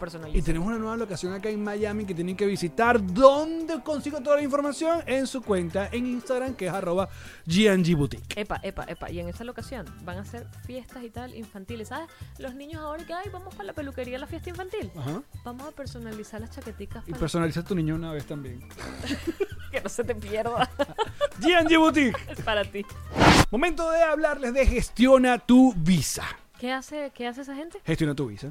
[SPEAKER 2] personalizan.
[SPEAKER 3] tenemos una nueva locación acá en Miami que tienen que visitar. ¿Dónde consigo toda la información? En su cuenta en Instagram, que es arroba GNG Boutique.
[SPEAKER 2] Epa, epa, epa. Y en esta locación van a hacer fiestas y tal infantiles. ¿Sabes? Los niños ahora que, ay, vamos para la peluquería, la fiesta infantil.
[SPEAKER 3] Ajá.
[SPEAKER 2] Vamos a personalizar las chaqueticas
[SPEAKER 3] Ah. Y
[SPEAKER 2] para
[SPEAKER 3] personalizas tu niño una vez también.
[SPEAKER 2] que no se te pierda.
[SPEAKER 3] GNG Boutique.
[SPEAKER 2] es para ti.
[SPEAKER 3] Momento de hablarles de Gestiona tu Visa.
[SPEAKER 2] ¿Qué hace, qué hace esa gente?
[SPEAKER 3] gestiona tu visa.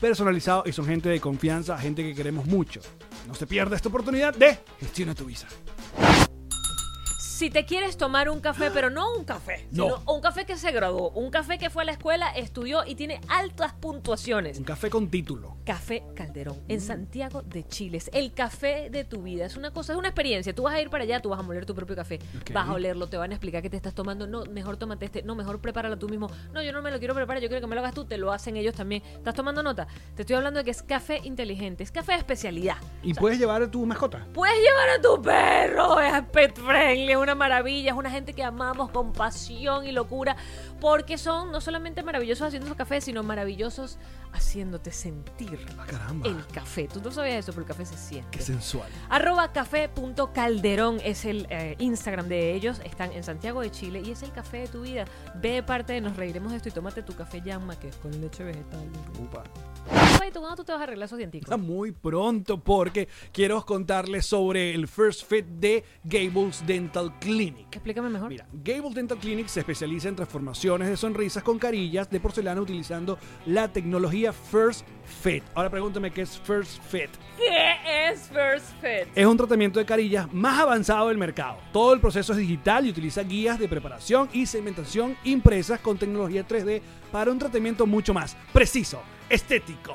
[SPEAKER 3] personalizado y son gente de confianza, gente que queremos mucho. No se pierda esta oportunidad de Gestiona tu Visa.
[SPEAKER 2] Si te quieres tomar un café, pero no un café,
[SPEAKER 3] No.
[SPEAKER 2] sino un café que se graduó, un café que fue a la escuela, estudió y tiene altas puntuaciones.
[SPEAKER 3] Un café con título.
[SPEAKER 2] Café Calderón,
[SPEAKER 3] Mm.
[SPEAKER 2] en Santiago de Chile. Es el café de tu vida. Es una cosa, es una experiencia. Tú vas a ir para allá, tú vas a moler tu propio café.
[SPEAKER 3] Ok.
[SPEAKER 2] Vas a olerlo, te van a explicar qué te estás tomando. No, mejor tómate este. No, mejor prepáralo tú mismo. No, yo no me lo quiero preparar, yo quiero que me lo hagas tú. Te lo hacen ellos también. ¿Estás tomando nota? Te estoy hablando de que es café inteligente, es café de especialidad.
[SPEAKER 3] Y puedes llevar a tu mascota.
[SPEAKER 2] Puedes llevar a tu perro, es pet friendly, es una maravilla, es una gente que amamos con pasión y locura, porque son no solamente maravillosos haciendo su café, sino maravillosos haciéndote sentir
[SPEAKER 3] Ah, caramba.
[SPEAKER 2] el café. Tú no sabías eso, pero el café se siente.
[SPEAKER 3] Qué sensual.
[SPEAKER 2] Arroba café.calderón es el eh, Instagram de ellos, están en Santiago de Chile y es el café de tu vida. Ve de parte de Nos Reiremos de esto y tómate tu café llama, que es con leche vegetal.
[SPEAKER 3] Upa.
[SPEAKER 2] Güey, ¿tú cuándo tú te vas a arreglar esos dienticos?
[SPEAKER 3] Está muy pronto porque quiero contarles sobre el First Fit de Gables Dental Clinic.
[SPEAKER 2] Explícame mejor.
[SPEAKER 3] Mira, Gable Dental Clinic se especializa en transformaciones de sonrisas con carillas de porcelana utilizando la tecnología First Fit. Ahora pregúntame qué es First Fit.
[SPEAKER 2] ¿Qué es First Fit?
[SPEAKER 3] Es un tratamiento de carillas más avanzado del mercado. Todo el proceso es digital y utiliza guías de preparación y segmentación impresas con tecnología 3D para un tratamiento mucho más preciso, estético,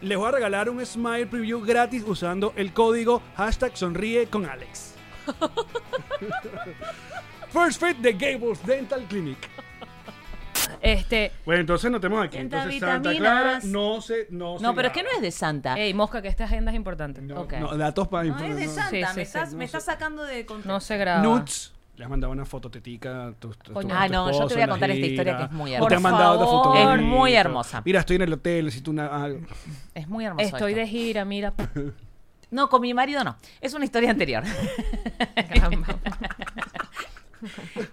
[SPEAKER 3] les voy a regalar un Smile Preview gratis usando el código hashtag sonríe con Alex. First Fit de Gables Dental Clinic.
[SPEAKER 2] Este.
[SPEAKER 3] Bueno, entonces no tenemos aquí.
[SPEAKER 4] Sienta
[SPEAKER 3] Entonces Santa
[SPEAKER 4] vitaminas.
[SPEAKER 3] Clara no se... No,
[SPEAKER 4] No, pero es que no es de Santa.
[SPEAKER 2] Ey, mosca, que esta agenda es importante.
[SPEAKER 3] No,
[SPEAKER 4] ok.
[SPEAKER 3] no, datos para...
[SPEAKER 4] no es de Santa.
[SPEAKER 2] Eh, Sí, sí, sí,
[SPEAKER 4] me estás,
[SPEAKER 3] no
[SPEAKER 4] me
[SPEAKER 3] sé.
[SPEAKER 4] estás sacando de contexto.
[SPEAKER 2] No se graba.
[SPEAKER 3] Nuts. Le has mandado una fototetica a tu, a tu-
[SPEAKER 2] Coño.
[SPEAKER 3] a tu
[SPEAKER 2] Ah,
[SPEAKER 4] no, yo te
[SPEAKER 3] esposo
[SPEAKER 4] voy a
[SPEAKER 3] en la
[SPEAKER 4] contar esta
[SPEAKER 3] gira.
[SPEAKER 4] historia que es muy
[SPEAKER 3] O te
[SPEAKER 4] hermosa.
[SPEAKER 3] han mandado otra
[SPEAKER 2] Por
[SPEAKER 3] foto.
[SPEAKER 4] favor. Es muy hermosa.
[SPEAKER 3] Mira, estoy en el hotel, necesito una... ah, algo.
[SPEAKER 4] Es muy hermoso.
[SPEAKER 2] Estoy
[SPEAKER 4] esto.
[SPEAKER 2] de gira, mira.
[SPEAKER 4] No, con mi marido no. Es una historia anterior.
[SPEAKER 2] Caramba.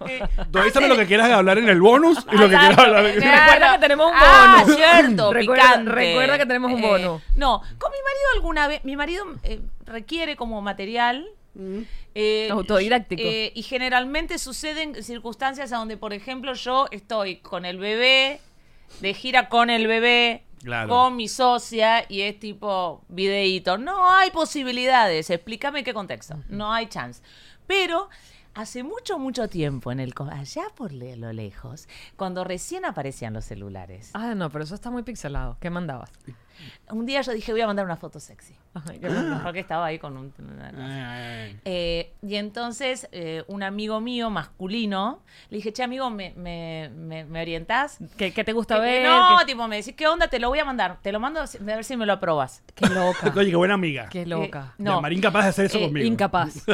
[SPEAKER 4] Eh,
[SPEAKER 3] Tú avísame lo que quieras hablar en el bonus y lo que quieras
[SPEAKER 2] Exacto.
[SPEAKER 3] hablar. en-
[SPEAKER 2] Claro. Recuerda que tenemos un
[SPEAKER 4] Ah,
[SPEAKER 2] bono.
[SPEAKER 4] cierto,
[SPEAKER 2] Recuerda-
[SPEAKER 4] picante. Eh,
[SPEAKER 2] recuerda que tenemos un bono.
[SPEAKER 4] no, con mi marido alguna vez, mi marido eh, requiere como material. eh,
[SPEAKER 2] Mm. Autodidáctico.
[SPEAKER 4] eh, y generalmente suceden circunstancias a donde, por ejemplo, yo estoy con el bebé, de gira con el bebé,
[SPEAKER 3] Claro.
[SPEAKER 4] con mi socia, y es tipo videíto. No hay posibilidades, explícame qué contexto. No hay chance. Pero hace mucho, mucho tiempo, en el, co- allá por le- lo lejos, cuando recién aparecían los celulares,
[SPEAKER 2] Ah, no, pero eso está muy pixelado. ¿Qué mandabas?
[SPEAKER 4] un día yo dije, voy a mandar una foto sexy.
[SPEAKER 2] Ay, qué bueno.
[SPEAKER 4] Porque estaba ahí con un... una-
[SPEAKER 2] Ah.
[SPEAKER 3] Ay,
[SPEAKER 4] Eh, y entonces eh, un amigo mío masculino, le dije, che amigo, ¿me, me, me, me orientás?
[SPEAKER 2] ¿Qué, qué te gusta ver?
[SPEAKER 4] no,
[SPEAKER 2] ¿Qué-
[SPEAKER 4] tipo, me decís, ¿qué onda? Te lo voy a mandar. Te lo mando a ver si me lo aprobas.
[SPEAKER 2] Qué
[SPEAKER 3] ay.
[SPEAKER 2] loca.
[SPEAKER 3] Oye, qué buena amiga.
[SPEAKER 2] qué loca.
[SPEAKER 4] Eh, no.
[SPEAKER 3] Marín capaz de hacer eso
[SPEAKER 4] Eh,
[SPEAKER 3] conmigo.
[SPEAKER 2] Incapaz.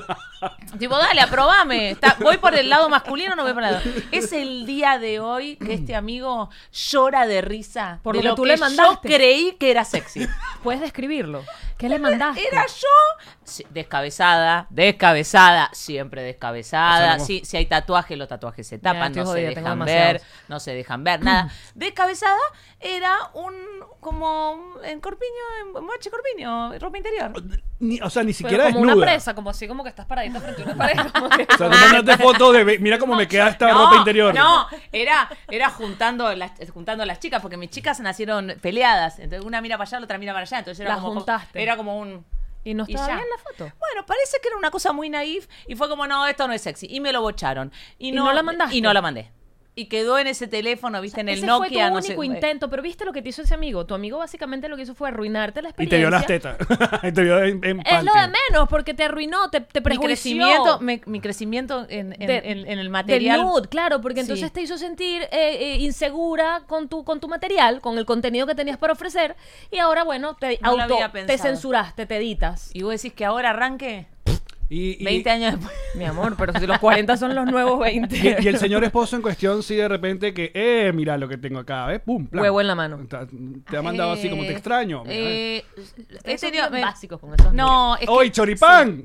[SPEAKER 4] Tipo, dale, aprobame. Está- voy por el lado masculino, no voy por el lado. Es el día de hoy que este amigo llora de risa.
[SPEAKER 2] Por
[SPEAKER 4] de
[SPEAKER 2] lo que tú le mandaste.
[SPEAKER 4] Yo creí que era sexy.
[SPEAKER 2] ¿Puedes describirlo? ¿Qué le mandaste?
[SPEAKER 4] Era yo sí, descabezada, descabezada, siempre
[SPEAKER 3] O sea,
[SPEAKER 4] descabezada.
[SPEAKER 3] como-
[SPEAKER 4] Si, si hay tatuajes, los tatuajes se tapan,
[SPEAKER 2] estoy
[SPEAKER 4] no
[SPEAKER 2] jodida,
[SPEAKER 4] se
[SPEAKER 2] tengo
[SPEAKER 4] dejan
[SPEAKER 2] demasiados.
[SPEAKER 4] ver, no se dejan ver, nada. Descabezada era un como un- en corpiño, en moche corpiño, ropa interior.
[SPEAKER 3] Ni- o sea, ni siquiera
[SPEAKER 2] Pero como
[SPEAKER 3] desnuda.
[SPEAKER 2] una presa, como así, como que estás paradita frente a una pared. como que-
[SPEAKER 3] O sea, tú mandaste fotos de... Mira cómo me queda esta ropa interior.
[SPEAKER 4] Ah. No, era, era juntando las, juntando las chicas, porque mis chicas nacieron peleadas. Entonces una mira para allá, la otra mira para allá. Entonces era
[SPEAKER 2] Las
[SPEAKER 4] como,
[SPEAKER 2] juntaste.
[SPEAKER 4] Era como un.
[SPEAKER 2] y no
[SPEAKER 4] Y
[SPEAKER 2] estaba
[SPEAKER 4] ya.
[SPEAKER 2] bien la foto.
[SPEAKER 4] Bueno, parece que era una cosa muy naif y fue como, no, esto no es sexy. Y me lo bocharon. ¿Y
[SPEAKER 2] no la mandaste?
[SPEAKER 4] Y no la mandé. Y quedó en ese teléfono, viste, en el
[SPEAKER 2] Ese
[SPEAKER 4] Nokia.
[SPEAKER 2] fue tu
[SPEAKER 4] no
[SPEAKER 2] único
[SPEAKER 4] sé- eh,
[SPEAKER 2] intento, pero viste lo que te hizo ese amigo. Tu amigo básicamente lo que hizo fue arruinarte la
[SPEAKER 3] Y
[SPEAKER 2] experiencia.
[SPEAKER 3] te vio las tetas. y te vio en, en
[SPEAKER 2] Es lo
[SPEAKER 3] panty.
[SPEAKER 2] de menos, porque te arruinó, te, te
[SPEAKER 4] Mi
[SPEAKER 2] prejuició.
[SPEAKER 4] crecimiento, me- mi crecimiento en, en-
[SPEAKER 2] De-
[SPEAKER 4] en- en el
[SPEAKER 2] Del
[SPEAKER 4] material.
[SPEAKER 2] nude, claro, porque
[SPEAKER 4] Sí.
[SPEAKER 2] entonces te hizo sentir eh, eh, insegura con tu, con tu material, con el contenido que tenías para ofrecer, y ahora, bueno, te
[SPEAKER 4] No lo
[SPEAKER 2] auto,
[SPEAKER 4] había
[SPEAKER 2] te
[SPEAKER 4] pensado.
[SPEAKER 2] censuraste, te editas.
[SPEAKER 4] Y vos decís que ahora arranque
[SPEAKER 3] Y, y-
[SPEAKER 4] 20 años después.
[SPEAKER 2] Mi amor, pero si los 40 son los nuevos 20.
[SPEAKER 3] Y, y el señor esposo en cuestión, sí, de repente que, eh, mira lo que tengo acá, ¿ves? ¡Pum! plan.
[SPEAKER 2] Huevo en la mano.
[SPEAKER 3] Ta- Te ha mandado así como te
[SPEAKER 4] Eh,
[SPEAKER 3] extraño. mira, eh.
[SPEAKER 4] eh, he
[SPEAKER 2] Ustedes son
[SPEAKER 4] tenido-
[SPEAKER 2] bien
[SPEAKER 4] me-
[SPEAKER 2] básicos con esos
[SPEAKER 4] No, es
[SPEAKER 3] ¡Hoy,
[SPEAKER 4] que-
[SPEAKER 3] choripán!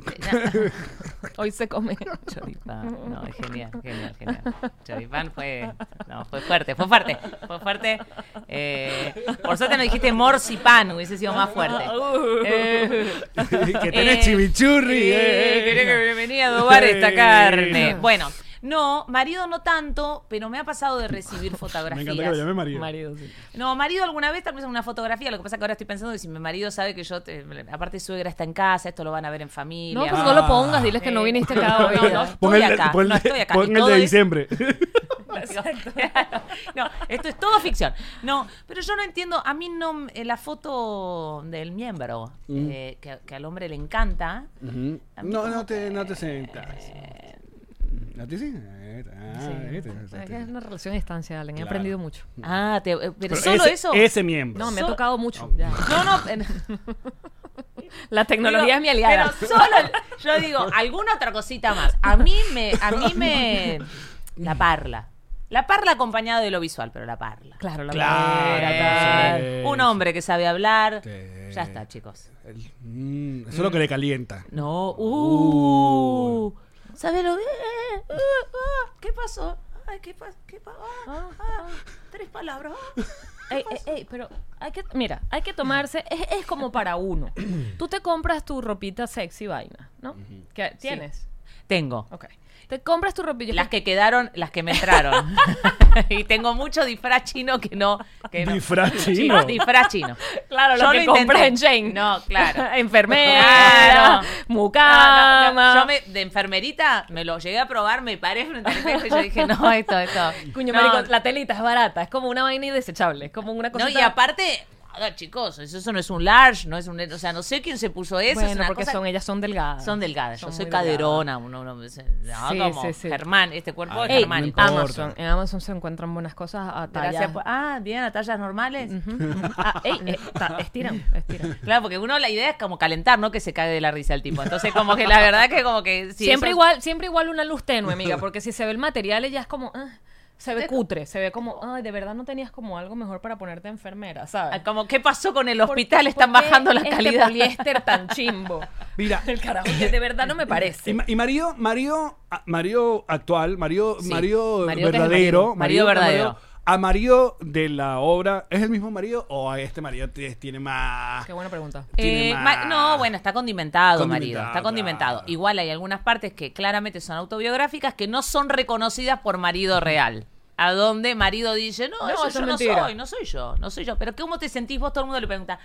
[SPEAKER 2] Hoy se come.
[SPEAKER 4] Choripán, no, es genial, genial, genial. Choripán fue, no, fue fuerte, fue fuerte, fue fuerte. Eh, por suerte no dijiste morcipán, hubiese sido más fuerte. Eh,
[SPEAKER 3] que tenés
[SPEAKER 4] eh,
[SPEAKER 3] chimichurri.
[SPEAKER 4] eh,
[SPEAKER 3] eh.
[SPEAKER 4] quería que me venía a adobar esta
[SPEAKER 3] Eh.
[SPEAKER 4] carne. Bueno, no, marido no tanto, pero me ha pasado de recibir
[SPEAKER 3] Me
[SPEAKER 4] fotografías.
[SPEAKER 3] encanta que lo llame María.
[SPEAKER 2] Marido, sí.
[SPEAKER 4] No, marido alguna vez tal vez una fotografía, lo que pasa que ahora estoy pensando de si mi marido sabe que yo, te- aparte suegra está en casa, esto lo van a ver en familia.
[SPEAKER 2] No, pues
[SPEAKER 3] Ah.
[SPEAKER 2] no lo pongas, diles que no viniste cada
[SPEAKER 4] No, no,
[SPEAKER 2] vida.
[SPEAKER 4] no.
[SPEAKER 3] Pon
[SPEAKER 4] Estoy
[SPEAKER 3] el,
[SPEAKER 4] acá,
[SPEAKER 3] pon
[SPEAKER 4] no
[SPEAKER 3] el-
[SPEAKER 4] estoy acá,
[SPEAKER 3] pon
[SPEAKER 4] y
[SPEAKER 3] el
[SPEAKER 4] todo
[SPEAKER 3] de
[SPEAKER 4] es-
[SPEAKER 3] diciembre.
[SPEAKER 4] Exacto. no, esto es todo ficción. No, pero yo no entiendo. A mí no. eh, la foto del miembro,
[SPEAKER 3] Mm.
[SPEAKER 4] eh, que, que al hombre le encanta.
[SPEAKER 3] no, no te, no te sentas. ¿A ti sí? Eh, ah, viste,
[SPEAKER 2] Es que
[SPEAKER 3] viste.
[SPEAKER 2] es una relación a distancia, Allen. He
[SPEAKER 3] Claro.
[SPEAKER 2] aprendido mucho.
[SPEAKER 4] Ah, te- eh, pero,
[SPEAKER 3] Pero
[SPEAKER 4] solo
[SPEAKER 3] ese-
[SPEAKER 4] eso.
[SPEAKER 3] Ese miembro.
[SPEAKER 2] No, me ha
[SPEAKER 4] So-
[SPEAKER 2] tocado mucho. ya.
[SPEAKER 4] No, no. eh,
[SPEAKER 2] La tecnología
[SPEAKER 4] pero-
[SPEAKER 2] es mi aliada.
[SPEAKER 4] Pero solo. Yo digo, alguna otra cosita más. A mí me. A mí me. La parla. La parla acompañada de lo visual, pero la parla.
[SPEAKER 2] Claro, la
[SPEAKER 3] Claro,
[SPEAKER 2] verdad.
[SPEAKER 3] sí.
[SPEAKER 4] Un hombre que sabe hablar.
[SPEAKER 3] Sí.
[SPEAKER 4] Ya está, chicos.
[SPEAKER 3] El- mm, eso es lo que le calienta.
[SPEAKER 4] No, uh. ¿Sabes lo que? eh, uh, ah, ¿Qué pasó? Ay, ¿qué pasó? ¿Qué pasó? tres ah. palabras. ah.
[SPEAKER 2] Ey, ey, ey, pero hay que, mira, hay que tomarse, es, es como para uno. Tú te compras tu ropita sexy vaina, ¿no? Que tienes.
[SPEAKER 4] Tengo.
[SPEAKER 2] Ok. Te compras tu ropilla.
[SPEAKER 4] Las que quedaron, las que me entraron. y tengo mucho disfraz chino que no. Que no.
[SPEAKER 3] Disfraz chino.
[SPEAKER 4] Disfraz chino.
[SPEAKER 2] Claro, lo
[SPEAKER 4] Yo
[SPEAKER 2] que
[SPEAKER 4] intenté.
[SPEAKER 2] compras en Shane.
[SPEAKER 4] No, claro.
[SPEAKER 2] Enfermera,
[SPEAKER 4] Claro.
[SPEAKER 2] mucama.
[SPEAKER 4] No, no, no. Yo me- de enfermerita me lo llegué a probar, me paré frente al espejo y yo dije, no, esto, esto.
[SPEAKER 2] Cuño,
[SPEAKER 4] no,
[SPEAKER 2] marico, la telita es barata, es como una vaina indesechable, es como una cosa.
[SPEAKER 4] No, y aparte, ah, chicos, eso, eso no es un large, no es un. O sea, no sé quién se puso eso. es
[SPEAKER 2] bueno,
[SPEAKER 4] una
[SPEAKER 2] porque
[SPEAKER 4] cosa-
[SPEAKER 2] son ellas son delgadas.
[SPEAKER 4] son delgadas. Yo
[SPEAKER 2] Ah. Son muy
[SPEAKER 4] soy
[SPEAKER 2] delgadas.
[SPEAKER 4] caderona, uno, uno, no,
[SPEAKER 2] Sí,
[SPEAKER 4] como
[SPEAKER 2] sí, sí.
[SPEAKER 4] Germán, este cuerpo
[SPEAKER 3] Ay,
[SPEAKER 4] de
[SPEAKER 2] Ey,
[SPEAKER 4] Germán.
[SPEAKER 3] no importa.
[SPEAKER 2] Amazon, en Amazon se encuentran buenas cosas a
[SPEAKER 4] Gracias
[SPEAKER 2] tallas.
[SPEAKER 4] por- Ah, bien, a tallas normales.
[SPEAKER 2] Ah, ey, eh, ta- estiran, estiran.
[SPEAKER 4] Claro, porque uno la idea es como calentar, no que se cague de la risa el tipo. Entonces, como que la verdad que como que... si
[SPEAKER 2] siempre
[SPEAKER 4] eso-
[SPEAKER 2] igual, siempre igual una luz tenue, amiga, porque si se ve el material ella es como ah, se ve cutre, se ve como, ay, de verdad no tenías como algo mejor para ponerte enfermera, ¿sabes?
[SPEAKER 4] Como, ¿qué pasó con el
[SPEAKER 2] ¿Por-
[SPEAKER 4] hospital?
[SPEAKER 2] por
[SPEAKER 4] Están
[SPEAKER 2] qué
[SPEAKER 4] bajando la
[SPEAKER 2] este
[SPEAKER 4] calidad.
[SPEAKER 2] poliéster tan chimbo.
[SPEAKER 3] Mira.
[SPEAKER 2] El carajo, que de verdad no me
[SPEAKER 3] Y,
[SPEAKER 2] parece.
[SPEAKER 3] ma- y marido, marido, a- marido actual, marido,
[SPEAKER 4] Sí,
[SPEAKER 3] marido,
[SPEAKER 4] marido que es el
[SPEAKER 3] verdadero,
[SPEAKER 4] marido. Marido verdadero.
[SPEAKER 3] a marido de la obra, ¿es el mismo marido o a este marido t- tiene más?
[SPEAKER 2] Qué buena pregunta.
[SPEAKER 3] Tiene
[SPEAKER 4] Eh,
[SPEAKER 3] más.
[SPEAKER 4] ma- no, bueno, está condimentado, marido.
[SPEAKER 3] Condimentado,
[SPEAKER 4] Está condimentado.
[SPEAKER 3] claro.
[SPEAKER 4] Igual hay algunas partes que claramente son autobiográficas que no son reconocidas por marido real. A donde marido dice, no,
[SPEAKER 2] No,
[SPEAKER 4] eso,
[SPEAKER 2] eso
[SPEAKER 4] yo
[SPEAKER 2] es
[SPEAKER 4] no
[SPEAKER 2] mentira.
[SPEAKER 4] soy, no soy yo, no soy yo. Pero ¿cómo te sentís? Vos todo el mundo le pregunta,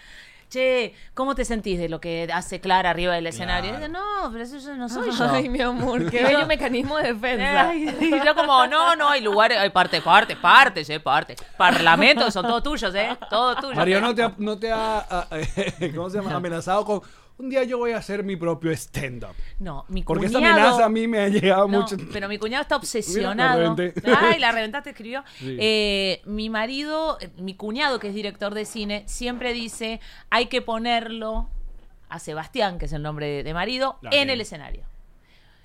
[SPEAKER 4] che, ¿cómo te sentís de lo que hace Clara arriba del escenario? Y
[SPEAKER 3] Claro.
[SPEAKER 4] dice, no, pero eso yo no soy yo.
[SPEAKER 2] Ay, mi amor, qué bello mecanismo de defensa.
[SPEAKER 4] Ay, sí, yo como, no, no, hay lugares, hay parte, parte, partes, eh, parte. Parlamentos son todos tuyos, eh, todos tuyos.
[SPEAKER 3] Marido no te ha, no te ha a- ¿cómo se llama? amenazado con un día yo voy a hacer mi propio stand-up.
[SPEAKER 4] No, mi
[SPEAKER 3] Porque esa
[SPEAKER 4] cuñado.
[SPEAKER 3] amenaza a mí me ha llegado
[SPEAKER 4] No,
[SPEAKER 3] mucho.
[SPEAKER 4] pero mi cuñado está obsesionado.
[SPEAKER 3] reventé.
[SPEAKER 4] Ay, la reventaste, escribió.
[SPEAKER 3] Sí.
[SPEAKER 4] Eh, mi marido, eh, mi cuñado, que es director de cine, siempre dice, hay que ponerlo a Sebastián, que es el nombre de, de marido,
[SPEAKER 3] Ah,
[SPEAKER 4] en
[SPEAKER 3] bien.
[SPEAKER 4] el escenario.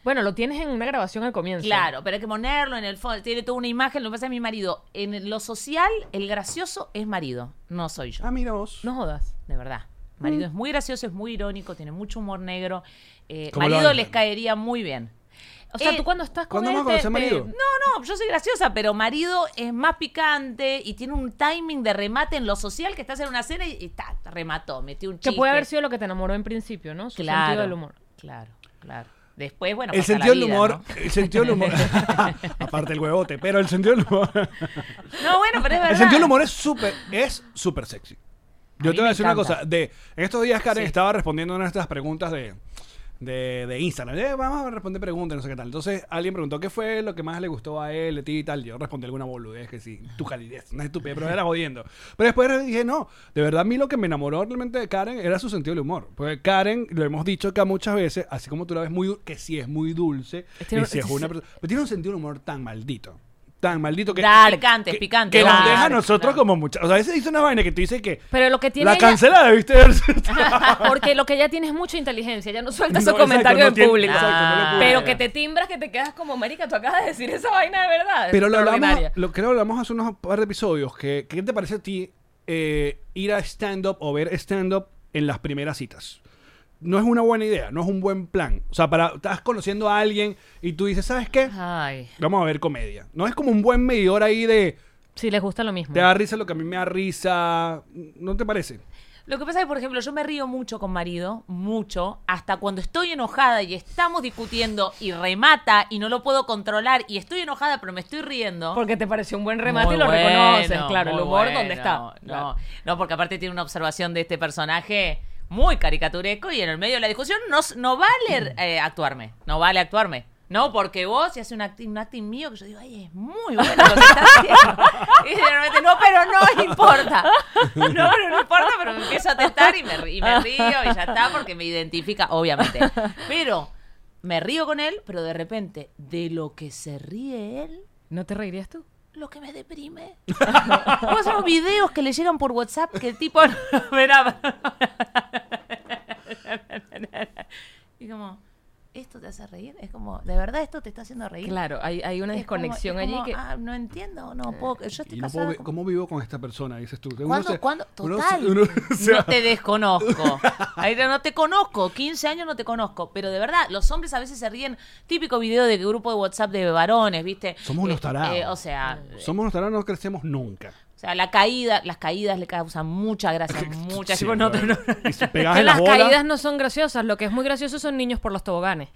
[SPEAKER 2] Bueno, lo tienes en una grabación al comienzo.
[SPEAKER 4] Claro, pero hay que ponerlo en el fondo. Tiene toda una imagen. Lo que pasa es que mi marido, en lo social, el gracioso es marido, no soy yo.
[SPEAKER 3] Ah, Mm. mira vos.
[SPEAKER 2] No jodas.
[SPEAKER 4] De verdad. Marido es muy gracioso, es muy irónico, tiene mucho humor negro. Eh,
[SPEAKER 3] ¿Cómo lo
[SPEAKER 4] marido
[SPEAKER 3] hablan?
[SPEAKER 4] les caería muy bien.
[SPEAKER 2] O sea,
[SPEAKER 4] Eh,
[SPEAKER 2] tú cuando estás con este, eh,
[SPEAKER 3] ¿Cuándo
[SPEAKER 2] él,
[SPEAKER 3] vamos a
[SPEAKER 2] te-
[SPEAKER 4] este
[SPEAKER 3] conocer
[SPEAKER 2] te-
[SPEAKER 3] marido?
[SPEAKER 4] No, no, yo soy graciosa, pero marido es más picante y tiene un timing de remate en lo social que estás en una cena y, y ta, remató, metió un
[SPEAKER 2] Que
[SPEAKER 4] chiste.
[SPEAKER 2] puede haber sido lo que te enamoró en principio, ¿no? Su
[SPEAKER 4] claro,
[SPEAKER 2] sentido del humor.
[SPEAKER 4] Claro, claro. Después, bueno,
[SPEAKER 3] el
[SPEAKER 4] pasa la
[SPEAKER 3] sentido del
[SPEAKER 4] vida,
[SPEAKER 3] humor,
[SPEAKER 4] ¿no?
[SPEAKER 3] el sentido del humor, aparte el huevote, pero el sentido del humor,
[SPEAKER 4] ¿no? bueno, pero es verdad.
[SPEAKER 3] el sentido del humor es súper, es súper sexy. Yo
[SPEAKER 4] mí
[SPEAKER 3] te voy a
[SPEAKER 4] me
[SPEAKER 3] decir una
[SPEAKER 4] encanta.
[SPEAKER 3] cosa, de, en estos días Karen
[SPEAKER 4] Sí.
[SPEAKER 3] estaba respondiendo a nuestras preguntas de, de, de Instagram, Eh, vamos a responder preguntas, no sé qué tal, entonces alguien preguntó qué fue lo que más le gustó a él, a ti y tal, yo respondí alguna boludez, que sí, tu calidez, una estupidez, pero era jodiendo, pero después dije, no, de verdad a mí lo que me enamoró realmente de Karen era su sentido del humor, porque Karen, lo hemos dicho acá muchas veces, así como tú la ves muy, du- que sí es muy dulce,
[SPEAKER 2] Tiene-
[SPEAKER 3] y si es una persona- pero tiene un sentido del humor tan maldito. Tan maldito que.
[SPEAKER 4] Dark, picante,
[SPEAKER 3] que-
[SPEAKER 4] picante,
[SPEAKER 3] Que nos
[SPEAKER 4] dark,
[SPEAKER 3] deja a Ah, nosotros
[SPEAKER 4] claro.
[SPEAKER 3] como muchas. O sea, a veces dice una vaina que tú dices que.
[SPEAKER 2] Pero lo que tiene
[SPEAKER 3] La
[SPEAKER 2] ella-
[SPEAKER 3] cancelada, ¿viste?
[SPEAKER 2] Porque lo que ella tiene es mucha inteligencia, ella no suelta
[SPEAKER 3] No,
[SPEAKER 2] esos
[SPEAKER 3] exacto,
[SPEAKER 2] comentarios
[SPEAKER 3] no
[SPEAKER 2] en
[SPEAKER 3] tiene-
[SPEAKER 2] público.
[SPEAKER 3] exacto, no lo
[SPEAKER 2] Pero
[SPEAKER 3] publica.
[SPEAKER 2] que te timbras que te quedas como, marica, tú acabas de decir esa vaina de verdad.
[SPEAKER 3] Pero lo hablamos.
[SPEAKER 2] Extraordinaria.
[SPEAKER 3] Lo, creo que hablamos hace unos par de episodios. Que, ¿Qué te parece a ti eh, ir a stand-up o ver stand-up en las primeras citas? No es una buena idea, no es un buen plan. O sea, para, estás conociendo a alguien y tú dices, ¿sabes qué?
[SPEAKER 4] Ay.
[SPEAKER 3] Vamos a ver comedia. No es como un buen medidor ahí de.
[SPEAKER 2] Sí, les gusta lo mismo.
[SPEAKER 3] Te da risa lo que a mí me da risa. ¿No te parece?
[SPEAKER 4] Lo que pasa es que, por ejemplo, yo me río mucho con marido, mucho, hasta cuando estoy enojada y estamos discutiendo y remata y no lo puedo controlar y estoy enojada pero me estoy riendo.
[SPEAKER 2] Porque te pareció un buen remate
[SPEAKER 4] Muy
[SPEAKER 2] y lo
[SPEAKER 4] bueno,
[SPEAKER 2] reconoces, claro. El
[SPEAKER 4] muy
[SPEAKER 2] humor,
[SPEAKER 4] bueno.
[SPEAKER 2] ¿dónde está?
[SPEAKER 4] No, no, porque aparte tiene una observación de este personaje muy caricaturesco y en el medio de la discusión no, s- no vale
[SPEAKER 2] Mm.
[SPEAKER 4] eh, actuarme, no vale actuarme. No, porque vos si hace un acting, un acting mío que yo digo, ay, es muy bueno lo que estás haciendo. Y generalmente, no, pero no importa. No, no, no importa, pero me empiezo a testar y me, ri- y me río y ya está porque me identifica, obviamente. Pero me río con él, pero de repente, de lo que se ríe él,
[SPEAKER 2] ¿No te reirías tú?
[SPEAKER 4] lo que me deprime. Vos los videos que le llegan por WhatsApp que el tipo. Verá. y como, ¿esto te hace reír? Es como, ¿de verdad esto te está haciendo reír?
[SPEAKER 2] Claro, hay, hay una
[SPEAKER 4] Es como-
[SPEAKER 2] desconexión
[SPEAKER 4] es como,
[SPEAKER 2] allí que...
[SPEAKER 4] Ah, no entiendo, no puedo. Yo estoy
[SPEAKER 3] Y no
[SPEAKER 4] casada.
[SPEAKER 3] puedo vi-
[SPEAKER 4] con-
[SPEAKER 3] ¿Cómo vivo con esta persona? Dices tú. Uno
[SPEAKER 4] ¿Cuándo?
[SPEAKER 3] se-
[SPEAKER 4] ¿Cuándo?
[SPEAKER 3] uno
[SPEAKER 4] Total.
[SPEAKER 3] se- uno- o sea,
[SPEAKER 4] no te desconozco. Ay, no no te conozco. 15 años no te conozco. Pero de verdad, los hombres a veces se ríen. Típico video de grupo de WhatsApp de varones, ¿viste?
[SPEAKER 3] Somos unos
[SPEAKER 4] Eh,
[SPEAKER 3] tarados.
[SPEAKER 4] eh, o sea,
[SPEAKER 3] Somos nosotros, no crecemos nunca.
[SPEAKER 4] O sea, la caída, las caídas le causan mucha gracia, mucha.
[SPEAKER 6] Sí,
[SPEAKER 4] Tipo, no,
[SPEAKER 6] claro.
[SPEAKER 4] no, no.
[SPEAKER 6] Y si
[SPEAKER 2] Es
[SPEAKER 6] pegas
[SPEAKER 2] que
[SPEAKER 6] en las
[SPEAKER 2] las
[SPEAKER 6] bolas.
[SPEAKER 2] caídas no son graciosas, lo que es muy gracioso son niños por los toboganes.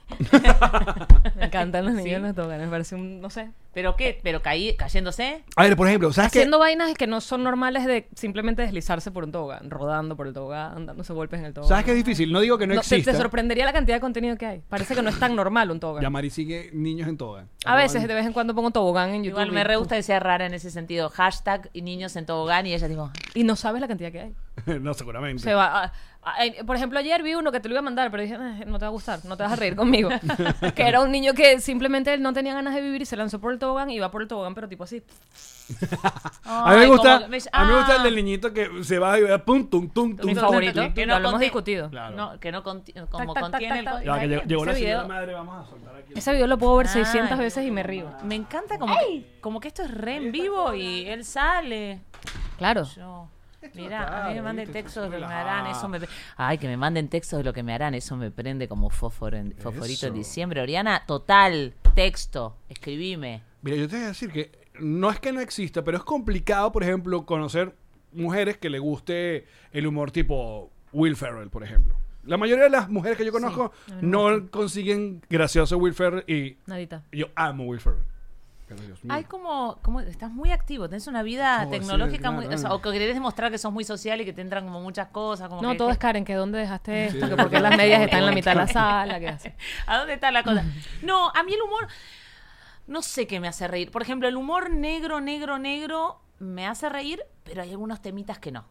[SPEAKER 2] Me encantan los niños
[SPEAKER 4] Sí.
[SPEAKER 2] en los toboganes, me parece un, no sé.
[SPEAKER 4] ¿Pero qué? ¿Pero caí, cayéndose?
[SPEAKER 6] A ver, por ejemplo, ¿sabes qué?
[SPEAKER 2] Haciendo vainas que no son normales de simplemente deslizarse por un tobogán, rodando por el tobogán, dándose golpes en el tobogán.
[SPEAKER 6] ¿Sabes qué es difícil? No digo que no,
[SPEAKER 2] No, te-
[SPEAKER 6] exista.
[SPEAKER 2] Te, sorprendería la cantidad de contenido que hay. Parece que no es tan normal un
[SPEAKER 6] Ya
[SPEAKER 2] tobogán.
[SPEAKER 6] Mari sigue niños en toga.
[SPEAKER 2] A veces, de vez en cuando pongo tobogán en YouTube.
[SPEAKER 4] Igual me
[SPEAKER 2] y-
[SPEAKER 4] re gusta que sea rara en ese sentido. Hashtag y niños en tobogán y ella dijo,
[SPEAKER 2] Y no sabes la cantidad que hay.
[SPEAKER 6] no, seguramente.
[SPEAKER 2] Se va. ah, ah, eh, por ejemplo, ayer vi uno que te lo iba a mandar, pero dije, "Eh, no te va a gustar, no te vas a reír conmigo. que era un niño que simplemente él no tenía ganas de vivir y se lanzó por el tobogán y va por el tobogán, pero tipo así.
[SPEAKER 6] A mí me
[SPEAKER 4] "Ay,
[SPEAKER 6] gusta,
[SPEAKER 4] como- ves-
[SPEAKER 6] a mí me gusta
[SPEAKER 4] ah".
[SPEAKER 6] el del niñito que se va y va pum, tum, tum, tum.
[SPEAKER 2] Mi
[SPEAKER 6] tum,
[SPEAKER 2] favorito.
[SPEAKER 6] tum, tum.
[SPEAKER 2] Que
[SPEAKER 4] que
[SPEAKER 2] no
[SPEAKER 4] no
[SPEAKER 2] lo hemos
[SPEAKER 4] conté-
[SPEAKER 2] discutido.
[SPEAKER 6] Claro.
[SPEAKER 4] No, que no conti- como
[SPEAKER 2] Tac, tac,
[SPEAKER 4] contiene
[SPEAKER 2] tac,
[SPEAKER 4] el...
[SPEAKER 2] tac,
[SPEAKER 6] Ya, que llegó, llegó la
[SPEAKER 2] Ese
[SPEAKER 6] señora
[SPEAKER 2] video.
[SPEAKER 6] madre, vamos a soltar aquí.
[SPEAKER 2] Ese video lo puedo ver
[SPEAKER 4] Ay,
[SPEAKER 2] 600 veces y me río.
[SPEAKER 4] Me encanta como que, como que esto es re en vivo y él sale.
[SPEAKER 2] Claro.
[SPEAKER 4] Yo.
[SPEAKER 6] está,
[SPEAKER 4] Mira, a mí me manden
[SPEAKER 6] ¿viste?
[SPEAKER 4] textos de lo que me
[SPEAKER 6] Relajada.
[SPEAKER 4] harán, eso me... Ay, que me manden textos de lo que me harán, eso me prende como fósforo en, fosforito en
[SPEAKER 6] Eso.
[SPEAKER 4] diciembre. Oriana, total, texto, escribime.
[SPEAKER 6] Mira, yo te voy a decir que no es que no exista, pero es complicado, por ejemplo, conocer mujeres que le guste el humor tipo Will Ferrell, por ejemplo. La mayoría de las mujeres que yo conozco no consiguen gracioso Will Ferrell y
[SPEAKER 2] Nadita.
[SPEAKER 6] yo amo Will Ferrell. Pero Dios mío.
[SPEAKER 4] Ay, como, como estás muy activo, tenés una vida
[SPEAKER 6] Oh,
[SPEAKER 4] tecnológica
[SPEAKER 6] sí,
[SPEAKER 4] muy,
[SPEAKER 6] claro.
[SPEAKER 4] o, sea, o que querés demostrar que sos muy social y que te entran como muchas cosas. Como
[SPEAKER 2] No,
[SPEAKER 4] que-
[SPEAKER 2] todo es
[SPEAKER 4] que-
[SPEAKER 2] Karen, que dónde dejaste esto,
[SPEAKER 6] Sí,
[SPEAKER 2] que por qué las
[SPEAKER 6] sí,
[SPEAKER 2] medias
[SPEAKER 6] sí,
[SPEAKER 2] están en la
[SPEAKER 6] sí.
[SPEAKER 2] mitad de la sala, ¿qué haces?
[SPEAKER 4] ¿A dónde está la cosa? No, a mí el humor, no sé qué me hace reír. Por ejemplo, el humor negro, negro, negro me hace reír, pero hay algunos temitas que no.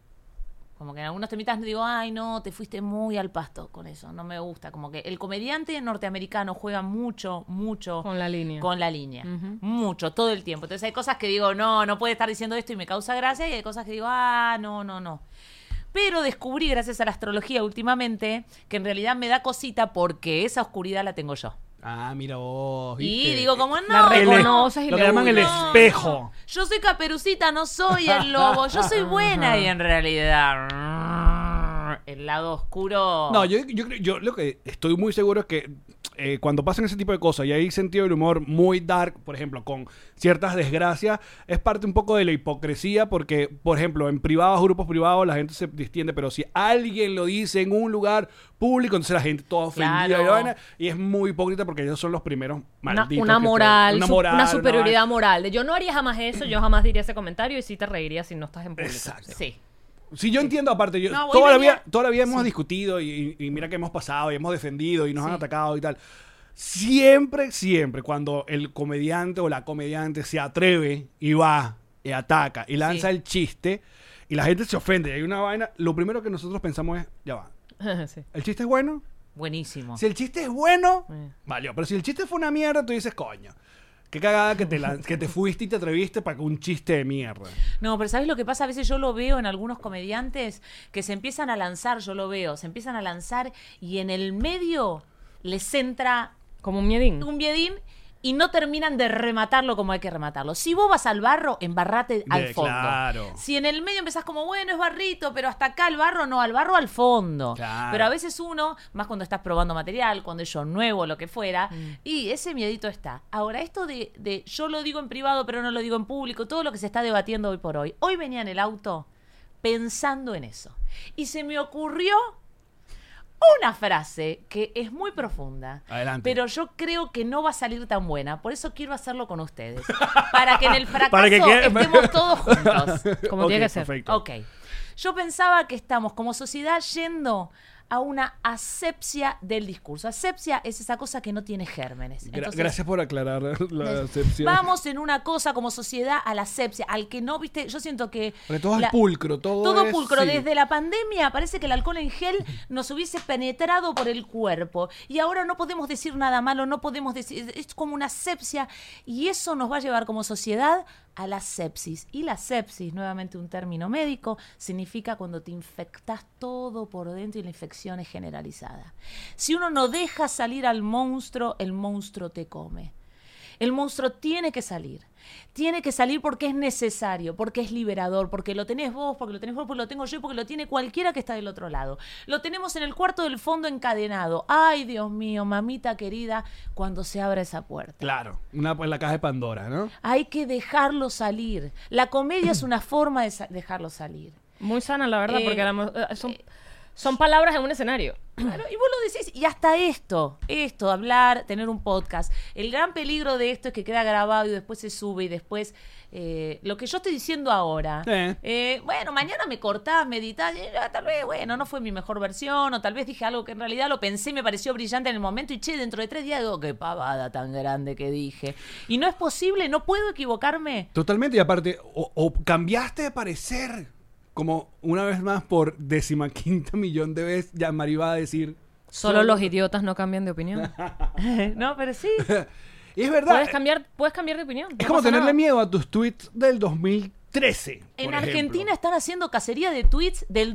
[SPEAKER 4] Como que en algunos temitas digo, ay, no, te fuiste muy al pasto con eso, no me gusta. Como que el comediante norteamericano juega mucho, mucho
[SPEAKER 2] Con la línea.
[SPEAKER 4] con la línea.
[SPEAKER 2] Ujú.
[SPEAKER 4] Mucho, todo el tiempo. Entonces hay cosas que digo, no, no puede estar diciendo esto y me causa gracia, y hay cosas que digo, ah, no, no, no. Pero descubrí, gracias a la astrología últimamente, que en realidad me da cosita porque esa oscuridad la tengo yo.
[SPEAKER 6] Ah, mira vos.
[SPEAKER 4] Y
[SPEAKER 6] ¿viste? Eh,
[SPEAKER 4] digo, como no.
[SPEAKER 2] La
[SPEAKER 6] El es-
[SPEAKER 2] reconoces y
[SPEAKER 6] lo
[SPEAKER 2] le
[SPEAKER 6] que llaman el
[SPEAKER 2] huyes.
[SPEAKER 4] no,
[SPEAKER 6] espejo.
[SPEAKER 4] no. Yo soy caperucita, no soy el lobo. Yo soy buena y en realidad. El lado oscuro.
[SPEAKER 6] No, yo, yo, creo- yo lo que estoy muy seguro es que eh, cuando pasan ese tipo de cosas y hay sentido del humor muy dark, por ejemplo, con ciertas desgracias, es parte un poco de la hipocresía porque, por ejemplo, en privados, grupos privados, la gente se distiende, pero si alguien lo dice en un lugar público, entonces la gente toda ofendida y,
[SPEAKER 4] Claro.
[SPEAKER 6] vaina, y es muy hipócrita porque ellos son los primeros
[SPEAKER 2] Una,
[SPEAKER 6] malditos.
[SPEAKER 2] una
[SPEAKER 6] que te-
[SPEAKER 2] moral, su- una,
[SPEAKER 6] vaina.
[SPEAKER 2] superioridad moral. De yo no haría jamás eso, yo jamás diría ese comentario y sí te reiría si no estás en público.
[SPEAKER 6] Exacto.
[SPEAKER 4] Sí.
[SPEAKER 6] Sí, yo entiendo, aparte, yo,
[SPEAKER 4] No, hoy
[SPEAKER 6] toda, la
[SPEAKER 4] venía-
[SPEAKER 6] vida, toda la vida hemos discutido y, y- y mira que hemos pasado y hemos defendido y nos han atacado y tal. Siempre, siempre, cuando el comediante o la comediante se atreve y va y ataca y lanza el chiste y la gente se ofende y hay una vaina, lo primero que nosotros pensamos es, ya va,
[SPEAKER 2] Sí.
[SPEAKER 6] ¿el chiste es bueno?
[SPEAKER 4] Buenísimo.
[SPEAKER 6] Si el chiste es bueno,
[SPEAKER 2] Eh.
[SPEAKER 6] valió. Pero si el chiste fue una mierda, tú dices, coño, qué cagada que te, lan- que te fuiste y te atreviste para un chiste de mierda.
[SPEAKER 4] No, pero ¿sabes lo que pasa? A veces yo lo veo en algunos comediantes que se empiezan a lanzar, yo lo veo, se empiezan a lanzar y en el medio les entra
[SPEAKER 2] Como un miedín.
[SPEAKER 4] un biedín y no terminan de rematarlo como hay que rematarlo. Si vos vas al barro, embarrate al
[SPEAKER 6] De-
[SPEAKER 4] fondo.
[SPEAKER 6] claro.
[SPEAKER 4] Si en el medio empezás como, bueno, es barrito, pero hasta acá el barro, no, al barro al fondo.
[SPEAKER 6] Claro.
[SPEAKER 4] Pero a veces uno, más cuando estás probando material, cuando es yo nuevo, lo que fuera,
[SPEAKER 6] Mm.
[SPEAKER 4] y ese miedito está. Ahora, esto de, de yo lo digo en privado, pero no lo digo en público, todo lo que se está debatiendo hoy por hoy. Hoy venía en el auto pensando en eso. Y se me ocurrió una frase que es muy profunda.
[SPEAKER 6] Adelante.
[SPEAKER 4] Pero yo creo que no va a salir tan buena. Por eso quiero hacerlo con ustedes. Para que en el fracaso
[SPEAKER 6] Para que quede-
[SPEAKER 4] estemos todos juntos.
[SPEAKER 2] Como tiene
[SPEAKER 6] Ok,
[SPEAKER 2] que ser.
[SPEAKER 6] perfecto.
[SPEAKER 4] Ok. Yo pensaba que estamos como sociedad yendo a una asepsia del discurso. Asepsia es esa cosa que no tiene gérmenes.
[SPEAKER 6] Gra-
[SPEAKER 4] Entonces,
[SPEAKER 6] gracias por aclarar la
[SPEAKER 4] Entonces,
[SPEAKER 6] excepción.
[SPEAKER 4] Vamos en una cosa como sociedad a la asepsia, al que no, viste, yo siento que...
[SPEAKER 6] Porque todo es
[SPEAKER 4] la-
[SPEAKER 6] pulcro, todo,
[SPEAKER 4] todo
[SPEAKER 6] es-
[SPEAKER 4] pulcro.
[SPEAKER 6] sí.
[SPEAKER 4] Desde la pandemia parece que el alcohol en gel nos hubiese penetrado por el cuerpo. Y ahora no podemos decir nada malo, no podemos decir. Es como una sepsia. Y eso nos va a llevar como sociedad a la sepsis. Y la sepsis, nuevamente un término médico, significa cuando te infectas todo por dentro y la infección es generalizada. Si uno no deja salir al monstruo, el monstruo te come. El monstruo tiene que salir. Tiene que salir porque es necesario, porque es liberador, porque lo tenés vos, porque lo tenés vos, porque lo tengo yo, porque lo tiene cualquiera que está del otro lado. Lo tenemos en el cuarto del fondo encadenado. Ay, Dios mío, mamita querida, cuando se abra esa puerta.
[SPEAKER 6] Claro, una en la caja de Pandora, ¿no?
[SPEAKER 4] Hay que dejarlo salir. La comedia es una forma de sa- dejarlo salir.
[SPEAKER 2] Muy sana, la verdad,
[SPEAKER 4] Eh,
[SPEAKER 2] porque la mo- eh, son, son palabras en un escenario.
[SPEAKER 4] Claro, y vos lo decís, y hasta esto, esto, hablar, tener un podcast. El gran peligro de esto es que queda grabado y después se sube y después eh, lo que yo estoy diciendo ahora.
[SPEAKER 6] Sí.
[SPEAKER 4] eh, bueno, mañana me cortás, me editás, y, ah, tal vez, bueno, no fue mi mejor versión, o tal vez dije algo que en realidad lo pensé, me pareció brillante en el momento, y che, dentro de tres días digo, qué pavada tan grande que dije. Y no es posible, no puedo equivocarme.
[SPEAKER 6] Totalmente, y aparte, o, o cambiaste de parecer, como una vez más por décima quinta millón de veces, ya Mari va a decir.
[SPEAKER 2] Solo los idiotas no cambian de opinión.
[SPEAKER 4] no, pero sí.
[SPEAKER 6] Y es verdad,
[SPEAKER 4] Pues,
[SPEAKER 2] puedes cambiar, puedes cambiar de opinión.
[SPEAKER 6] es
[SPEAKER 2] no
[SPEAKER 6] como
[SPEAKER 2] pasa
[SPEAKER 6] tenerle
[SPEAKER 2] nada.
[SPEAKER 6] miedo a tus tweets del 2013.
[SPEAKER 4] En
[SPEAKER 6] por ejemplo.
[SPEAKER 4] Argentina están haciendo cacería de tweets del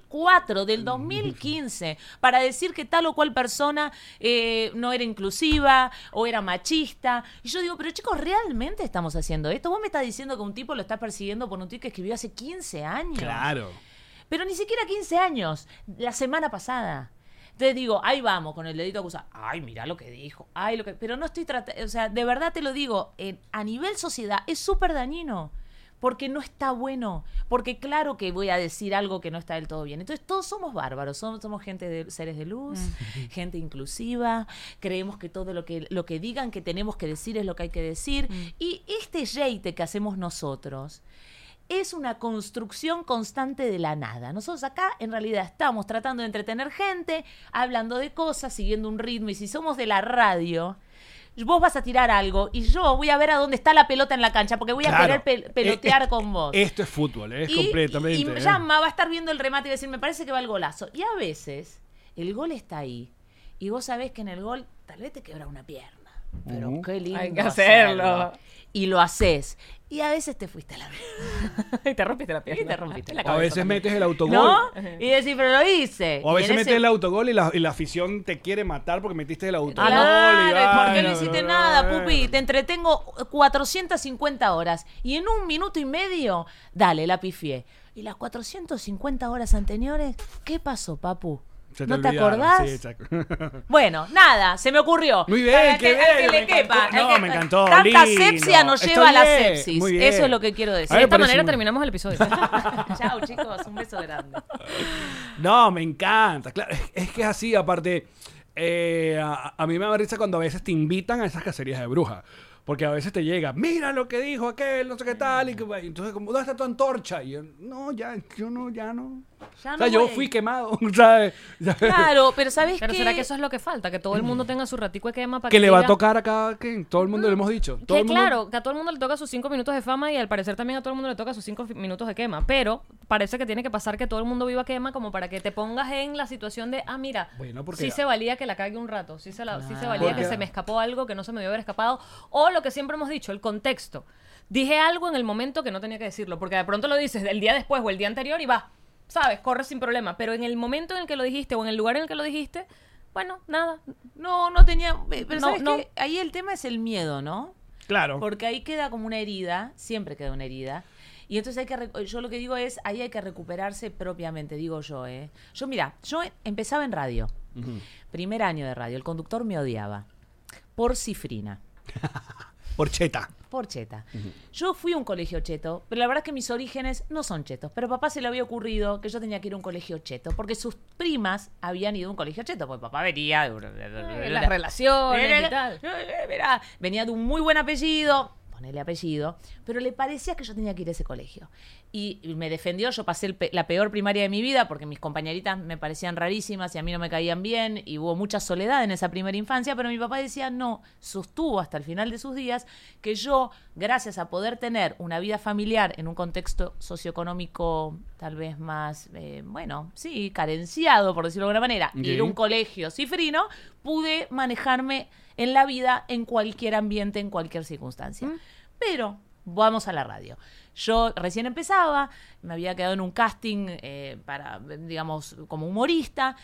[SPEAKER 4] 2004,
[SPEAKER 6] Mm.
[SPEAKER 4] del 2015, para decir que tal o cual persona eh, no era inclusiva o era machista. Y yo digo, pero chicos, ¿realmente estamos haciendo esto? Vos me estás diciendo que un tipo lo está persiguiendo por un tweet que escribió hace 15 años.
[SPEAKER 6] Claro.
[SPEAKER 4] Pero ni siquiera 15 años, la semana pasada. Entonces digo, ahí vamos, con el dedito acusado. Ay, mira lo que dijo. Ay, lo que. Pero no estoy tratando. O sea, de verdad te lo digo, en- a nivel sociedad es súper dañino. Porque no está bueno. Porque claro que voy a decir algo que no está del todo bien. Entonces todos somos bárbaros. Somos, somos gente de seres de luz, gente inclusiva. Creemos que todo lo que, lo que digan que tenemos que decir es lo que hay que decir. Y este jeite que hacemos nosotros es una construcción constante de la nada. Nosotros acá en realidad estamos tratando de entretener gente, hablando de cosas, siguiendo un ritmo. Y si somos de la radio, vos vas a tirar algo y yo voy a ver a dónde está la pelota en la cancha, porque voy a
[SPEAKER 6] Claro.
[SPEAKER 4] querer pel- pelotear
[SPEAKER 6] Eh, eh,
[SPEAKER 4] con vos.
[SPEAKER 6] Esto es fútbol, es
[SPEAKER 4] Y-
[SPEAKER 6] completamente.
[SPEAKER 4] Y,
[SPEAKER 6] ¿eh?
[SPEAKER 4] llama, va a estar viendo el remate y va a decir, me parece que va el golazo. Y a veces el gol está ahí. Y vos sabés que en el gol tal vez te quebra una pierna. Pero
[SPEAKER 6] Ujú.
[SPEAKER 4] qué lindo.
[SPEAKER 2] Hay que hacerlo.
[SPEAKER 4] Y lo haces. Y a veces te fuiste a la
[SPEAKER 2] y te rompiste la pierna.
[SPEAKER 4] Y te rompiste la
[SPEAKER 2] cabeza.
[SPEAKER 6] A veces metes el autogol.
[SPEAKER 4] ¿No? Y decir, pero lo hice.
[SPEAKER 6] O a
[SPEAKER 4] Y
[SPEAKER 6] veces
[SPEAKER 4] en
[SPEAKER 6] metes
[SPEAKER 4] ese-
[SPEAKER 6] el autogol y la, y la afición te quiere matar porque metiste el autogol.
[SPEAKER 4] Claro,
[SPEAKER 6] y
[SPEAKER 4] ¿y ¿por
[SPEAKER 6] vaina,
[SPEAKER 4] qué no hiciste
[SPEAKER 6] bla,
[SPEAKER 4] nada,
[SPEAKER 6] bla, bla.
[SPEAKER 4] pupi? Te entretengo 450 horas. Y en un minuto y medio, dale, la pifié. ¿Y las 450 horas anteriores? ¿Qué pasó, papu?
[SPEAKER 6] Se
[SPEAKER 4] ¿No te
[SPEAKER 6] olvidaron,
[SPEAKER 4] acordás?
[SPEAKER 6] sí, exacto.
[SPEAKER 4] Bueno, nada, se me ocurrió.
[SPEAKER 6] Muy bien,
[SPEAKER 4] Para
[SPEAKER 6] qué
[SPEAKER 4] que, al
[SPEAKER 6] bien,
[SPEAKER 4] que le
[SPEAKER 6] me
[SPEAKER 4] quepa.
[SPEAKER 6] encantó.
[SPEAKER 4] al
[SPEAKER 6] No,
[SPEAKER 4] que-
[SPEAKER 6] me encantó,
[SPEAKER 4] Tanta
[SPEAKER 6] lindo.
[SPEAKER 4] sepsia nos lleva
[SPEAKER 6] Estoy
[SPEAKER 4] a la
[SPEAKER 6] bien,
[SPEAKER 4] sepsis.
[SPEAKER 6] muy bien.
[SPEAKER 4] Eso es lo que quiero
[SPEAKER 6] A
[SPEAKER 2] De
[SPEAKER 4] decir.
[SPEAKER 6] ver,
[SPEAKER 2] esta
[SPEAKER 6] parece
[SPEAKER 2] manera
[SPEAKER 6] muy-
[SPEAKER 2] terminamos el episodio.
[SPEAKER 4] Chao, chicos, un beso grande.
[SPEAKER 6] No, me encanta. Claro, es- es que es así, aparte. eh, a, a mí me da risa cuando a veces te invitan a esas cacerías de brujas. Porque a veces te llega, mira lo que dijo aquel, no sé qué tal, y que- y entonces como, ¿dónde está tu antorcha? Y yo, no, ya, yo no, ya no.
[SPEAKER 4] Ya
[SPEAKER 6] o sea,
[SPEAKER 4] no
[SPEAKER 6] yo
[SPEAKER 4] voy.
[SPEAKER 6] fui quemado, ¿sabes?
[SPEAKER 4] Claro, pero ¿sabes
[SPEAKER 2] Pero
[SPEAKER 4] qué?
[SPEAKER 2] ¿será que eso es lo que falta? Que todo el mundo tenga su ratico de quema para
[SPEAKER 6] que le
[SPEAKER 2] diga-
[SPEAKER 6] va a tocar a cada quien, todo el mundo lo hemos dicho.
[SPEAKER 4] Mm,
[SPEAKER 6] Todo
[SPEAKER 2] Que
[SPEAKER 6] el mundo-
[SPEAKER 2] claro, que a todo el mundo le toca sus cinco minutos de fama y al parecer también a todo el mundo le toca sus cinco fi- minutos de quema. Pero parece que tiene que pasar que todo el mundo viva quema como para que te pongas en la situación de, ah, mira,
[SPEAKER 6] Bueno, porque-
[SPEAKER 2] sí se valía que la cague un rato, sí se, la- sí se valía
[SPEAKER 6] Porque-
[SPEAKER 2] que se me escapó algo que no se me debió haber escapado. O lo que siempre hemos dicho, el contexto. Dije algo en el momento que no tenía que decirlo, porque de pronto lo dices el día después o el día anterior y va, sabes, corres sin problema. Pero en el momento en el que lo dijiste o en el lugar en el que lo dijiste, bueno, nada.
[SPEAKER 4] No, no tenía. eh, Pero
[SPEAKER 2] No,
[SPEAKER 4] ¿sabes
[SPEAKER 2] no.
[SPEAKER 4] qué? Ahí el tema es el miedo, ¿no?
[SPEAKER 6] Claro.
[SPEAKER 4] Porque ahí queda como una herida, siempre queda una herida. Y entonces hay que recu- yo lo que digo es, ahí hay que recuperarse propiamente, digo yo, ¿eh? Yo, mira, yo em- empezaba en radio, primer año de radio, el conductor me odiaba por cifrina.
[SPEAKER 6] Por cheta.
[SPEAKER 4] por cheta. Yo fui a un colegio cheto, pero la verdad es que mis orígenes no son chetos. Pero a papá se le había ocurrido que yo tenía que ir a un colegio cheto, porque sus primas habían ido a un colegio cheto, porque papá venía...
[SPEAKER 2] Eh, Las relaciones y tal.
[SPEAKER 4] Eh, verá, venía de un muy buen apellido, ponele apellido, pero le parecía que yo tenía que ir a ese colegio. Y me defendió, yo pasé el pe- la peor primaria de mi vida porque mis compañeritas me parecían rarísimas y a mí no me caían bien y hubo mucha soledad en esa primera infancia, pero mi papá decía, no, sostuvo hasta el final de sus días que yo, gracias a poder tener una vida familiar en un contexto socioeconómico tal vez más, eh, bueno, sí, carenciado, por decirlo de alguna manera,
[SPEAKER 6] Ok.
[SPEAKER 4] ir a un colegio cifrino, pude manejarme en la vida, en cualquier ambiente, en cualquier circunstancia.
[SPEAKER 6] Mm.
[SPEAKER 4] Pero vamos a la radio. Yo recién empezaba, me había quedado en un casting eh, para, digamos, como humorista,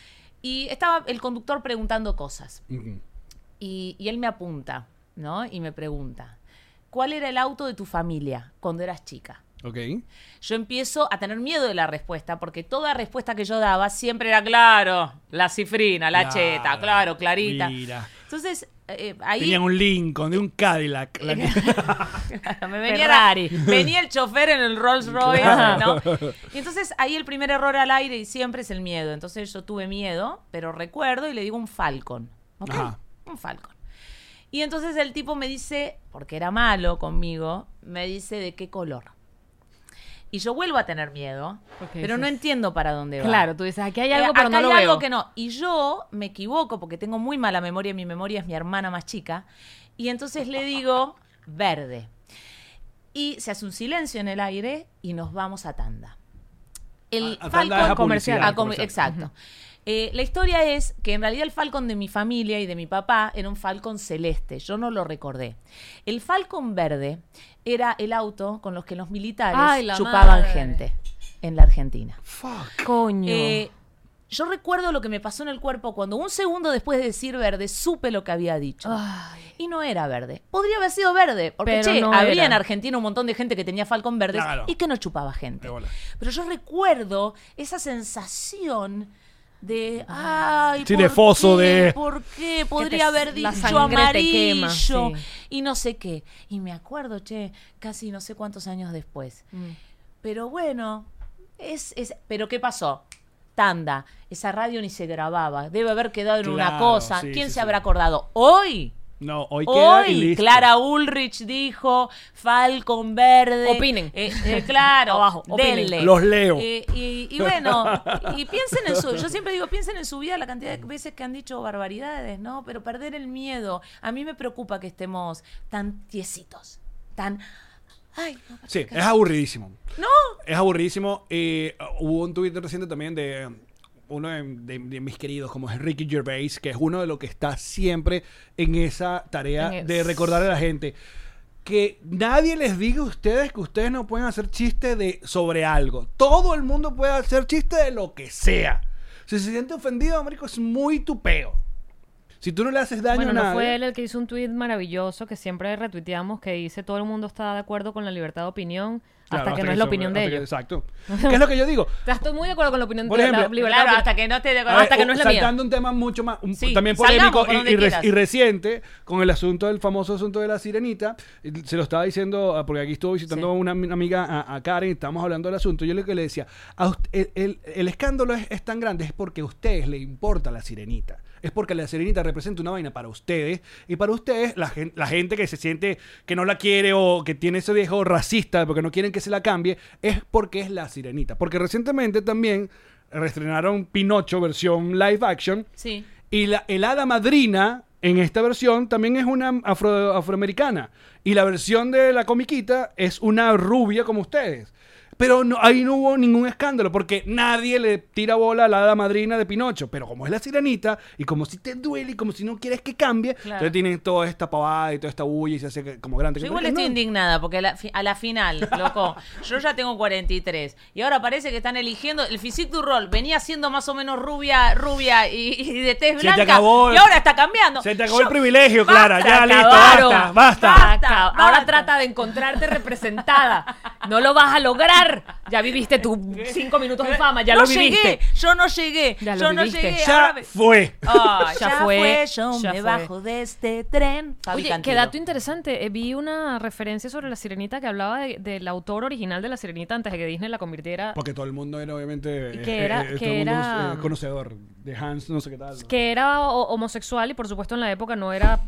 [SPEAKER 4] y estaba el conductor preguntando cosas.
[SPEAKER 6] Ujú.
[SPEAKER 4] Y, y él me apunta. ¿no? Y me pregunta, ¿cuál era el auto de tu familia cuando eras chica?
[SPEAKER 6] Ok.
[SPEAKER 4] Yo empiezo a tener miedo de la respuesta, porque toda respuesta que yo daba siempre era, claro, la cifrina, la
[SPEAKER 6] Claro,
[SPEAKER 4] cheta, claro, clarita.
[SPEAKER 6] mira.
[SPEAKER 4] Entonces, eh, ahí...
[SPEAKER 6] Tenían un Lincoln, de un Cadillac. La que-
[SPEAKER 4] Me venía,
[SPEAKER 2] Ferrari.
[SPEAKER 4] la- venía el chofer en el Rolls Royce,
[SPEAKER 6] Claro.
[SPEAKER 4] ¿no? Y entonces ahí el primer error al aire y siempre es el miedo. Entonces yo tuve miedo, pero recuerdo y le digo un Falcon. ¿ok?
[SPEAKER 6] Ajá.
[SPEAKER 4] Un Falcon. Y entonces el tipo me dice, porque era malo conmigo, me dice de qué color. Y yo vuelvo a tener miedo,
[SPEAKER 2] Ok,
[SPEAKER 4] pero
[SPEAKER 2] sí.
[SPEAKER 4] no entiendo para dónde va.
[SPEAKER 2] Claro, tú dices, aquí hay algo,
[SPEAKER 4] Eh,
[SPEAKER 2] pero
[SPEAKER 4] acá
[SPEAKER 2] no lo
[SPEAKER 4] hay
[SPEAKER 2] veo.
[SPEAKER 4] algo que no. Y yo me equivoco porque tengo muy mala memoria. Mi memoria es mi hermana más chica. Y entonces le digo verde. Y se hace un silencio en el aire y nos vamos a tanda. El
[SPEAKER 6] A- a tanda es
[SPEAKER 4] Falcon
[SPEAKER 6] a publicidad,
[SPEAKER 4] a comer-
[SPEAKER 6] comercial.
[SPEAKER 4] Exacto. Eh, la historia es que en realidad el Falcon de mi familia y de mi papá era un Falcon celeste. Yo no lo recordé. El Falcon verde era el auto con los que los militares
[SPEAKER 2] Ay, la
[SPEAKER 4] chupaban
[SPEAKER 2] madre.
[SPEAKER 4] gente en la Argentina.
[SPEAKER 6] Fuck.
[SPEAKER 2] Coño.
[SPEAKER 4] Eh, yo recuerdo lo que me pasó en el cuerpo cuando un segundo después de decir verde supe lo que había dicho.
[SPEAKER 2] Ay.
[SPEAKER 4] Y no era verde. Podría haber sido verde, porque
[SPEAKER 2] Pero
[SPEAKER 4] che,
[SPEAKER 2] no
[SPEAKER 4] había
[SPEAKER 2] era.
[SPEAKER 4] en Argentina un montón de gente que tenía Falcon verdes
[SPEAKER 6] Claro.
[SPEAKER 4] y que no chupaba gente.
[SPEAKER 6] De bola.
[SPEAKER 4] Pero yo recuerdo esa sensación de ay,
[SPEAKER 6] Sí,
[SPEAKER 4] ¿por
[SPEAKER 6] de foso,
[SPEAKER 4] qué?
[SPEAKER 6] de-
[SPEAKER 4] ¿Por qué?
[SPEAKER 2] Que te-
[SPEAKER 4] Podría haber
[SPEAKER 2] la
[SPEAKER 4] dicho
[SPEAKER 2] sangre te
[SPEAKER 4] amarillo
[SPEAKER 2] quema, sí.
[SPEAKER 4] y no sé qué. Y me acuerdo, che, casi no sé cuántos años después.
[SPEAKER 2] Mm.
[SPEAKER 4] Pero bueno, es, es- pero ¿qué pasó? Tanda, esa radio ni se grababa, debe haber quedado en una
[SPEAKER 6] Claro,
[SPEAKER 4] cosa,
[SPEAKER 6] sí,
[SPEAKER 4] ¿quién se
[SPEAKER 6] sí, sí.
[SPEAKER 4] habrá acordado? Hoy,
[SPEAKER 6] No, hoy queda
[SPEAKER 4] hoy,
[SPEAKER 6] y listo.
[SPEAKER 4] Clara Ulrich dijo, Falcon Verde.
[SPEAKER 2] Opinen.
[SPEAKER 4] Eh, eh, claro,
[SPEAKER 2] Abajo, opinen.
[SPEAKER 4] denle.
[SPEAKER 6] Los leo.
[SPEAKER 4] Eh, y, y bueno, y piensen en su, yo siempre digo, piensen en su vida la cantidad de veces que han dicho barbaridades, ¿no? Pero perder el miedo, a mí me preocupa que estemos tan tiesitos, tan... Ay, no,
[SPEAKER 6] Sí, es aburridísimo.
[SPEAKER 4] no,
[SPEAKER 6] Es aburridísimo. Eh, hubo un tuit reciente también de um, uno de, de- de mis queridos, como es Ricky Gervais, que es uno de los que está siempre en esa tarea
[SPEAKER 2] En el-
[SPEAKER 6] de recordar a la gente. Que nadie les diga a ustedes que ustedes no pueden hacer chiste de, sobre algo. Todo el mundo puede hacer chiste de lo que sea. Si se siente ofendido, marico, es muy tupeo. Si tú no le haces daño
[SPEAKER 2] Bueno,
[SPEAKER 6] a
[SPEAKER 2] no
[SPEAKER 6] nadie...
[SPEAKER 2] fue él el que hizo un tuit maravilloso que siempre retuiteamos que dice todo el mundo está de acuerdo con la libertad de opinión
[SPEAKER 6] Claro,
[SPEAKER 2] hasta que no es la
[SPEAKER 6] se-
[SPEAKER 2] opinión de
[SPEAKER 6] hasta que-
[SPEAKER 2] ellos.
[SPEAKER 6] Exacto. ¿Qué es lo que yo digo?
[SPEAKER 2] Estoy muy de acuerdo con la opinión
[SPEAKER 6] Por
[SPEAKER 2] de la
[SPEAKER 6] ejemplo,
[SPEAKER 2] libertad de
[SPEAKER 4] Claro,
[SPEAKER 2] opinión.
[SPEAKER 4] hasta que no esté de
[SPEAKER 6] A
[SPEAKER 4] acuerdo.
[SPEAKER 6] ver,
[SPEAKER 2] hasta que no
[SPEAKER 6] Ah, o-
[SPEAKER 2] es la mía.
[SPEAKER 6] Saltando un tema mucho más, un-
[SPEAKER 4] Sí,
[SPEAKER 6] pues, también
[SPEAKER 4] salgamos
[SPEAKER 6] polémico
[SPEAKER 4] por
[SPEAKER 6] y,
[SPEAKER 4] donde
[SPEAKER 6] y re-
[SPEAKER 4] quieras.
[SPEAKER 6] y reciente, con el asunto del famoso asunto de la sirenita. Y Se lo estaba diciendo, ah, porque aquí estuvo visitando a una, am- amiga, a, a Karen, y estábamos hablando del asunto. Yo lo que le decía, a ust- el, el- el escándalo es, es tan grande, es porque a ustedes les importa la sirenita. Es porque la sirenita representa una vaina para ustedes y para ustedes, la, gen- la gente que se siente que no la quiere o que tiene ese viejo racista porque no quieren que se la cambie, es porque es la sirenita. Porque recientemente también reestrenaron Pinocho versión live action
[SPEAKER 4] Sí.
[SPEAKER 6] y la, el hada madrina en esta versión también es una afro- afroamericana. Y la versión de la comiquita es una rubia como ustedes. Pero no- ahí no hubo ningún escándalo porque nadie le tira bola a la hada madrina de Pinocho. Pero como es la sirenita y como si te duele y como si no quieres que cambie, entonces tienen toda esta pavada y toda esta bulla y se hace que- como grande.
[SPEAKER 4] Yo
[SPEAKER 6] Que-
[SPEAKER 4] igual
[SPEAKER 6] no,
[SPEAKER 4] estoy indignada porque a la, fi- a la final, loco, yo ya tengo 43 y ahora parece que están eligiendo el physique du rol. Venía siendo más o menos rubia, rubia y, y de tez
[SPEAKER 6] Se te
[SPEAKER 4] blanca
[SPEAKER 6] acabó el-
[SPEAKER 4] y ahora está cambiando.
[SPEAKER 6] Se te acabó
[SPEAKER 4] Yo-
[SPEAKER 6] el privilegio, Clara.
[SPEAKER 4] Basta,
[SPEAKER 6] Ya listo,
[SPEAKER 4] acabaron.
[SPEAKER 6] basta, basta.
[SPEAKER 2] Acá-
[SPEAKER 4] basta.
[SPEAKER 2] Ahora trata de encontrarte representada. No lo vas a lograr. Ya viviste tus cinco minutos de fama, ya
[SPEAKER 4] no
[SPEAKER 2] lo
[SPEAKER 4] llegué,
[SPEAKER 2] viviste.
[SPEAKER 4] yo no llegué,
[SPEAKER 2] Ya lo
[SPEAKER 4] yo no
[SPEAKER 2] viviste.
[SPEAKER 4] llegué. ahora
[SPEAKER 6] Ya
[SPEAKER 4] me-
[SPEAKER 6] fue.
[SPEAKER 4] Ah,
[SPEAKER 2] Ya
[SPEAKER 4] ya,
[SPEAKER 2] fue,
[SPEAKER 4] fue, yo
[SPEAKER 2] ya
[SPEAKER 4] me
[SPEAKER 2] fue.
[SPEAKER 4] bajo de este tren. Fabi
[SPEAKER 2] Oye, qué
[SPEAKER 4] Cantilo.
[SPEAKER 2] dato interesante. Eh, vi una referencia sobre la sirenita que hablaba de- del autor original de la sirenita antes de que Disney la convirtiera.
[SPEAKER 6] Porque todo el mundo era obviamente
[SPEAKER 2] Y
[SPEAKER 6] eh,
[SPEAKER 2] que
[SPEAKER 6] eh,
[SPEAKER 2] era-
[SPEAKER 6] eh,
[SPEAKER 2] que
[SPEAKER 6] todo el mundo es,
[SPEAKER 2] era-
[SPEAKER 6] eh, conocedor de Hans, no sé qué tal. ¿no?
[SPEAKER 2] Que era ho- homosexual y por supuesto en la época no era.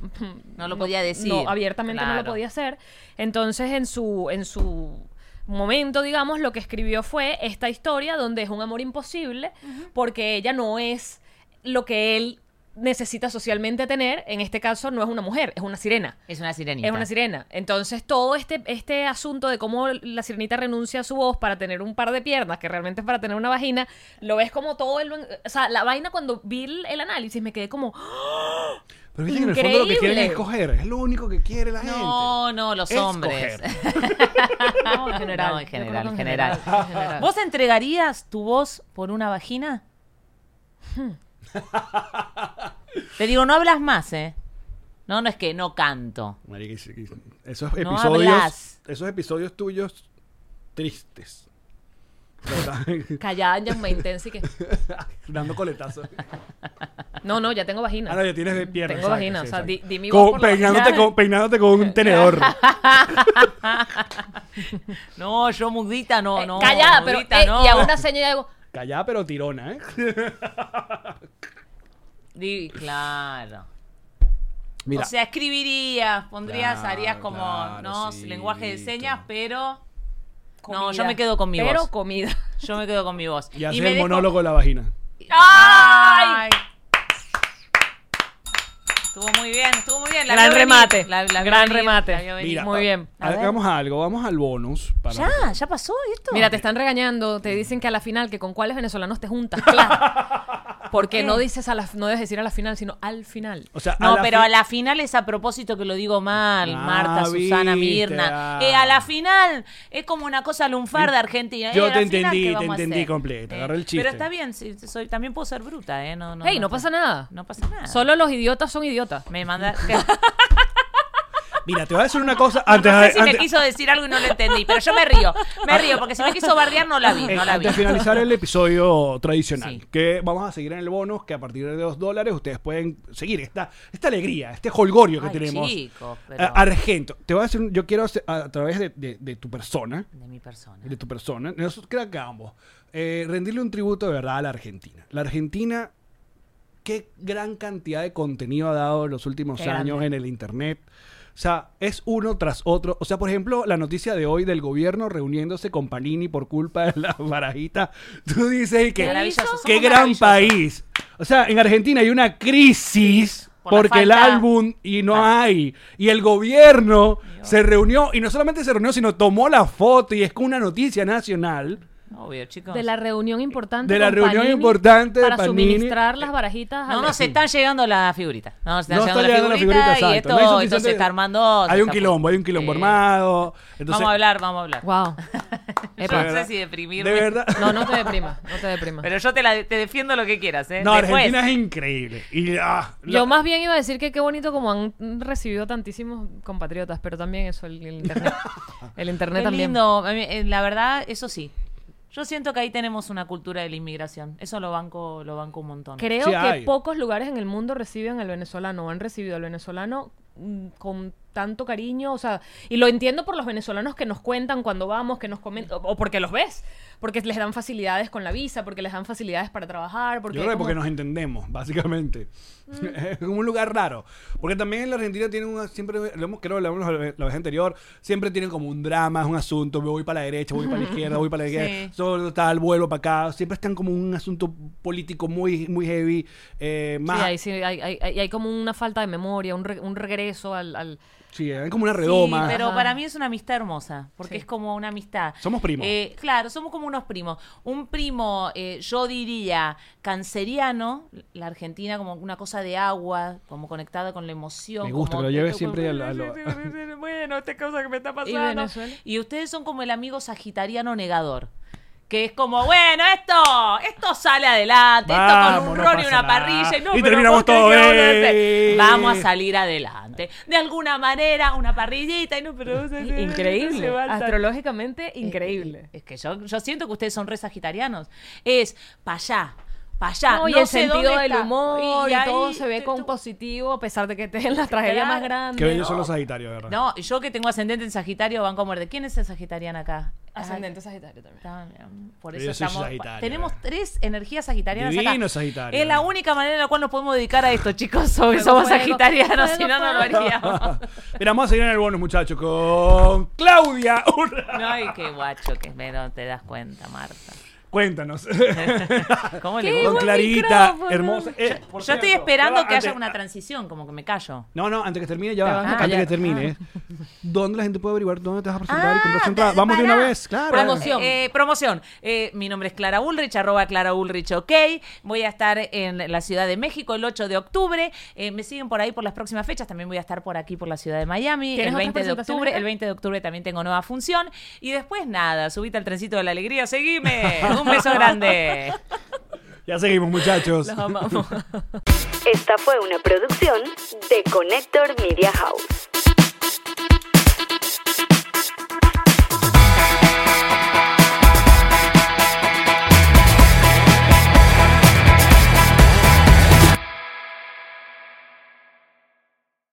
[SPEAKER 4] No lo podía decir,
[SPEAKER 2] no, abiertamente no lo
[SPEAKER 4] claro.
[SPEAKER 2] podía hacer. Entonces en su. En su momento, digamos, lo que escribió fue esta historia donde es un amor imposible porque ella no es lo que él necesita socialmente tener, en este caso no es una mujer, es una sirena.
[SPEAKER 4] Es una sirenita.
[SPEAKER 2] Es una sirena. Entonces, todo este, este asunto de cómo la sirenita renuncia a su voz para tener un par de piernas, que realmente es para tener una vagina, lo ves como todo el. O sea, la vaina cuando vi el, el análisis me quedé como. "Ah,
[SPEAKER 6] Pero viste que en el fondo lo que quieren es
[SPEAKER 2] Increíble.
[SPEAKER 6] coger, es lo único que quiere la gente.
[SPEAKER 4] No, no, los
[SPEAKER 6] Es
[SPEAKER 4] hombres.
[SPEAKER 6] coger.
[SPEAKER 2] No, en general.
[SPEAKER 4] No, en
[SPEAKER 2] Yo
[SPEAKER 4] general,
[SPEAKER 2] creo que en
[SPEAKER 4] general. Ah,
[SPEAKER 2] general, en general.
[SPEAKER 4] ¿Vos entregarías tu voz por una vagina? Hmm. Te digo, no hablas más, ¿eh? No, no es que no canto.
[SPEAKER 6] Marica, y- y- esos
[SPEAKER 4] No
[SPEAKER 6] episodios,
[SPEAKER 4] hablas.
[SPEAKER 6] esos episodios tuyos tristes. ¿Verdad?
[SPEAKER 2] Callada en me intensa y que.
[SPEAKER 6] Dando coletazos.
[SPEAKER 2] No, no, ya tengo vagina.
[SPEAKER 6] Ahora ya tienes de pierna.
[SPEAKER 2] Tengo
[SPEAKER 6] exacto,
[SPEAKER 2] vagina,
[SPEAKER 6] sí,
[SPEAKER 2] o sea,
[SPEAKER 6] exacto.
[SPEAKER 2] di, di mi
[SPEAKER 6] Con-
[SPEAKER 2] voz por la
[SPEAKER 6] peinándote,
[SPEAKER 2] vagina.
[SPEAKER 6] con, peinándote con un tenedor.
[SPEAKER 4] No, yo mudita no,
[SPEAKER 2] Eh,
[SPEAKER 4] no.
[SPEAKER 2] callada, pero
[SPEAKER 4] mudita,
[SPEAKER 2] eh,
[SPEAKER 4] no.
[SPEAKER 2] y a una seña y algo.
[SPEAKER 6] Callá, pero tirona, ¿eh?
[SPEAKER 4] Di- Claro.
[SPEAKER 6] Mira,
[SPEAKER 4] O sea, escribirías, pondrías,
[SPEAKER 6] Claro,
[SPEAKER 4] harías como,
[SPEAKER 6] claro,
[SPEAKER 4] no,
[SPEAKER 6] sí,
[SPEAKER 4] lenguaje de
[SPEAKER 6] listo.
[SPEAKER 4] señas, pero... No, yo
[SPEAKER 2] comida.
[SPEAKER 4] me quedo con mi
[SPEAKER 2] Pero
[SPEAKER 4] voz.
[SPEAKER 2] comida.
[SPEAKER 4] Yo me quedo con mi voz.
[SPEAKER 6] y haces
[SPEAKER 4] me
[SPEAKER 6] el
[SPEAKER 4] dejo-
[SPEAKER 6] monólogo de la vagina.
[SPEAKER 4] ¡Ay! Estuvo muy bien, estuvo muy bien. La
[SPEAKER 2] Gran
[SPEAKER 4] vio venir,
[SPEAKER 2] remate,
[SPEAKER 4] la- la vio
[SPEAKER 2] gran
[SPEAKER 4] venir,
[SPEAKER 2] remate.
[SPEAKER 4] la vio venir.
[SPEAKER 6] Mira,
[SPEAKER 2] Muy
[SPEAKER 6] va-
[SPEAKER 2] bien.
[SPEAKER 6] a-
[SPEAKER 4] A ver.
[SPEAKER 6] Hagamos algo, vamos al bonus. Para
[SPEAKER 4] Ya, ya pasó esto.
[SPEAKER 2] Mira, te están regañando, te dicen que a la final, que con cuáles venezolanos te juntas, claro. Porque no dices a la, no debes decir a la final, sino al final.
[SPEAKER 6] O sea, a
[SPEAKER 4] No,
[SPEAKER 6] la
[SPEAKER 4] pero
[SPEAKER 6] fi-
[SPEAKER 4] a la final es a propósito que lo digo mal,
[SPEAKER 6] Ah,
[SPEAKER 4] Marta, Susana,
[SPEAKER 6] viste,
[SPEAKER 4] Mirna.
[SPEAKER 6] ah.
[SPEAKER 4] Eh, a la final es como una cosa lunfar de Argentina. Eh,
[SPEAKER 6] Yo
[SPEAKER 4] a la
[SPEAKER 6] te
[SPEAKER 4] final,
[SPEAKER 6] entendí,
[SPEAKER 4] ¿qué
[SPEAKER 6] te
[SPEAKER 4] vamos a
[SPEAKER 6] entendí
[SPEAKER 4] hacer? Eh,
[SPEAKER 6] completa, agarré el chiste.
[SPEAKER 4] Pero está bien, sí, soy, también puedo ser bruta, ¿eh? No, no,
[SPEAKER 2] Hey, no pasa nada.
[SPEAKER 4] No pasa nada.
[SPEAKER 2] Solo los idiotas son idiotas.
[SPEAKER 4] me manda. que-
[SPEAKER 6] Mira, te voy a decir una cosa antes,
[SPEAKER 4] no sé si
[SPEAKER 6] antes-
[SPEAKER 4] me quiso decir algo y no lo entendí, pero yo me río. Me río, porque si me quiso bardear no la vi,
[SPEAKER 6] Eh,
[SPEAKER 4] no la vi.
[SPEAKER 6] antes de finalizar el episodio tradicional,
[SPEAKER 4] Sí.
[SPEAKER 6] que vamos a seguir en el bonus, que a partir de dos dólares ustedes pueden seguir esta, esta alegría, este holgorio que
[SPEAKER 4] Ay,
[SPEAKER 6] tenemos.
[SPEAKER 4] chicos, pero-
[SPEAKER 6] Ah, Argento, te voy a decir, un- yo quiero hacer- a, a través de, de- de tu persona,
[SPEAKER 4] De mi persona.
[SPEAKER 6] de tu persona, nosotros creo que ambos, eh, rendirle un tributo de verdad a la Argentina. La Argentina, qué gran cantidad de contenido ha dado en los últimos
[SPEAKER 4] Qué grande.
[SPEAKER 6] años en el Internet. O sea, es uno tras otro. O sea, por ejemplo, la noticia de hoy del gobierno reuniéndose con Panini por culpa de la barajita. Tú dices y que,
[SPEAKER 4] Qué maravilloso, somos
[SPEAKER 6] qué gran
[SPEAKER 4] maravillosos.
[SPEAKER 6] país. O sea, en Argentina hay una crisis
[SPEAKER 4] Por la
[SPEAKER 6] porque el
[SPEAKER 4] falta- Ah.
[SPEAKER 6] álbum y no hay. Y el gobierno se reunió, y no solamente se reunió, sino tomó la foto y es como una noticia nacional.
[SPEAKER 4] Obvio, chicos.
[SPEAKER 2] De la reunión importante.
[SPEAKER 6] De la
[SPEAKER 2] con
[SPEAKER 6] reunión
[SPEAKER 2] Panini
[SPEAKER 6] importante de
[SPEAKER 2] Para
[SPEAKER 6] Panini.
[SPEAKER 2] suministrar las barajitas. a
[SPEAKER 4] No
[SPEAKER 2] la-
[SPEAKER 4] nos están llegando las figuritas. No nos están
[SPEAKER 6] Ah, No
[SPEAKER 4] llegando
[SPEAKER 6] está llegando la
[SPEAKER 4] las figuritas
[SPEAKER 6] figurita,
[SPEAKER 4] y esto,
[SPEAKER 6] exacto. No hay
[SPEAKER 4] esto
[SPEAKER 6] suficiente-
[SPEAKER 4] se está armando. se
[SPEAKER 6] Hay un
[SPEAKER 4] está-
[SPEAKER 6] quilombo, hay un quilombo
[SPEAKER 4] Eh,
[SPEAKER 6] armado. Entonces,
[SPEAKER 4] vamos a hablar, vamos a hablar.
[SPEAKER 2] Wow.
[SPEAKER 4] Yo
[SPEAKER 2] Epa.
[SPEAKER 4] no sé si deprimirme.
[SPEAKER 6] De verdad.
[SPEAKER 2] No, no te deprimas, no te deprimas.
[SPEAKER 4] Pero yo te, la, te defiendo lo que quieras, ¿eh?
[SPEAKER 6] No,
[SPEAKER 4] Después.
[SPEAKER 6] Argentina es increíble. Y, ah,
[SPEAKER 2] Yo
[SPEAKER 6] la-
[SPEAKER 2] más bien iba a decir que qué bonito como han recibido tantísimos compatriotas, pero también eso, el, el internet. El internet
[SPEAKER 4] Qué
[SPEAKER 2] también.
[SPEAKER 4] lindo. A mí, eh, La verdad, eso sí. Yo siento que ahí tenemos una cultura de la inmigración. Eso lo banco, lo banco un montón.
[SPEAKER 2] Creo
[SPEAKER 6] Sí
[SPEAKER 2] que
[SPEAKER 6] hay.
[SPEAKER 2] pocos lugares en el mundo reciben al venezolano, o han recibido al venezolano mm, con tanto cariño, o sea, y lo entiendo por los venezolanos que nos cuentan cuando vamos, que nos comentan, o- o porque los ves, porque les dan facilidades con la visa, porque les dan facilidades para trabajar, porque...
[SPEAKER 6] Yo creo que
[SPEAKER 2] como-
[SPEAKER 6] porque nos entendemos, básicamente.
[SPEAKER 4] Mm.
[SPEAKER 6] Es como un lugar raro. Porque también en la Argentina tienen una, siempre, lo hemos, creo que lo hablamos la vez- la vez anterior, siempre tienen como un drama, es un asunto, me voy para la derecha, voy para la izquierda, voy para la izquierda,
[SPEAKER 4] Sí.
[SPEAKER 6] solo tal, vuelvo para acá. Siempre están como un asunto político muy, muy heavy. eh,
[SPEAKER 2] Sí,
[SPEAKER 6] más,
[SPEAKER 2] hay, sí, hay, hay- hay- hay como una falta de memoria, un, re- un regreso al... al-
[SPEAKER 6] sí, es como una
[SPEAKER 4] Sí,
[SPEAKER 6] redoma.
[SPEAKER 4] pero
[SPEAKER 2] Ajá.
[SPEAKER 4] para mí es una amistad hermosa, porque
[SPEAKER 2] Sí.
[SPEAKER 4] es como una amistad.
[SPEAKER 6] Somos primos.
[SPEAKER 4] Eh, claro, somos como unos primos. Un primo, eh, yo diría, canceriano, la Argentina como una cosa de agua, como conectada con la emoción.
[SPEAKER 6] Me gusta
[SPEAKER 4] como-
[SPEAKER 6] que lo lleves siempre a lo- a lo-
[SPEAKER 4] Bueno, esta cosa que me está
[SPEAKER 2] ¿Y
[SPEAKER 4] pasando.
[SPEAKER 2] Venezuela?
[SPEAKER 4] Y ustedes son como el amigo sagitariano negador. Que es como, bueno, esto, esto sale adelante, esto
[SPEAKER 6] Vamos,
[SPEAKER 4] con un
[SPEAKER 6] no
[SPEAKER 4] ron y
[SPEAKER 6] pasa
[SPEAKER 4] una
[SPEAKER 6] nada.
[SPEAKER 4] parrilla. Y, no,
[SPEAKER 6] Y
[SPEAKER 4] pero
[SPEAKER 6] terminamos
[SPEAKER 4] ¿vos crees
[SPEAKER 6] todo
[SPEAKER 4] que vamos a
[SPEAKER 6] bien.
[SPEAKER 4] hacer? Vamos a salir adelante. De alguna manera, una parrillita y no, pero
[SPEAKER 2] Increíble,
[SPEAKER 4] se va a estar-
[SPEAKER 2] astrológicamente increíble.
[SPEAKER 4] Es que yo, yo siento que ustedes son re sagitarianos. Es para allá, para allá.
[SPEAKER 2] No, y
[SPEAKER 4] no
[SPEAKER 2] el
[SPEAKER 4] sé
[SPEAKER 2] sentido
[SPEAKER 4] dónde
[SPEAKER 2] del
[SPEAKER 4] está.
[SPEAKER 2] humor y,
[SPEAKER 4] ahí
[SPEAKER 2] todo se ve
[SPEAKER 4] te-
[SPEAKER 2] con
[SPEAKER 4] tú-
[SPEAKER 2] positivo, a pesar de que estés en la tragedia más grande.
[SPEAKER 6] Qué bellos son los sagitarios, de ¿verdad?
[SPEAKER 4] No, y yo que tengo ascendente en Sagitario, van como de quién es el sagitariana acá.
[SPEAKER 2] Ascendente Sagitario también.
[SPEAKER 4] Está bien. Por
[SPEAKER 6] Yo
[SPEAKER 4] eso
[SPEAKER 6] soy
[SPEAKER 4] estamos.
[SPEAKER 6] Sagitario.
[SPEAKER 4] Tenemos tres energías sagitarianas.
[SPEAKER 6] Divino
[SPEAKER 4] acá.
[SPEAKER 6] Sagitario.
[SPEAKER 4] Es la única manera en la cual nos podemos dedicar a esto, chicos. Somos,
[SPEAKER 2] Fuego,
[SPEAKER 4] somos
[SPEAKER 2] fuego,
[SPEAKER 4] sagitarianos,
[SPEAKER 2] fuego,
[SPEAKER 4] si no, no lo
[SPEAKER 2] fuego.
[SPEAKER 4] haríamos.
[SPEAKER 6] Mira, vamos a seguir en el bonus, muchachos, con Claudia.
[SPEAKER 4] Ay, qué guacho que es, pero te das cuenta, Marta.
[SPEAKER 6] Cuéntanos.
[SPEAKER 4] ¿Cómo
[SPEAKER 2] Qué
[SPEAKER 4] le
[SPEAKER 6] con
[SPEAKER 2] buen
[SPEAKER 6] Clarita,
[SPEAKER 2] micrófono.
[SPEAKER 6] hermosa. Eh, por
[SPEAKER 4] Yo estoy
[SPEAKER 6] cierto,
[SPEAKER 4] esperando
[SPEAKER 6] ya va,
[SPEAKER 4] que
[SPEAKER 6] antes-
[SPEAKER 4] haya una transición, como que me callo.
[SPEAKER 6] No, no, antes que termine, ya va.
[SPEAKER 2] vas a
[SPEAKER 6] antes que
[SPEAKER 2] callar.
[SPEAKER 6] termine, ¿eh? ¿dónde la gente puede averiguar dónde te vas a presentar y
[SPEAKER 4] Ah,
[SPEAKER 6] comprar su entrada?
[SPEAKER 4] te-
[SPEAKER 6] Vamos de una
[SPEAKER 4] pará.
[SPEAKER 6] vez, claro.
[SPEAKER 2] Promoción.
[SPEAKER 4] Eh, promoción. Eh, mi nombre es Clara Ulrich, arroba Clara Ulrich, ok. Voy a estar en la Ciudad de México el 8 de octubre. Eh, me siguen por ahí por las próximas fechas. También voy a estar por aquí por la Ciudad de Miami
[SPEAKER 2] ¿Tienes
[SPEAKER 4] el
[SPEAKER 2] otras
[SPEAKER 4] 20 de
[SPEAKER 2] presentaciones
[SPEAKER 4] octubre.
[SPEAKER 2] acá?
[SPEAKER 4] El 20 de octubre también tengo nueva función. Y después nada, subite al trencito de la alegría, seguime. Un beso grande.
[SPEAKER 6] Ya seguimos, muchachos.
[SPEAKER 4] Los amamos.
[SPEAKER 7] Esta fue una producción de Connector Media House.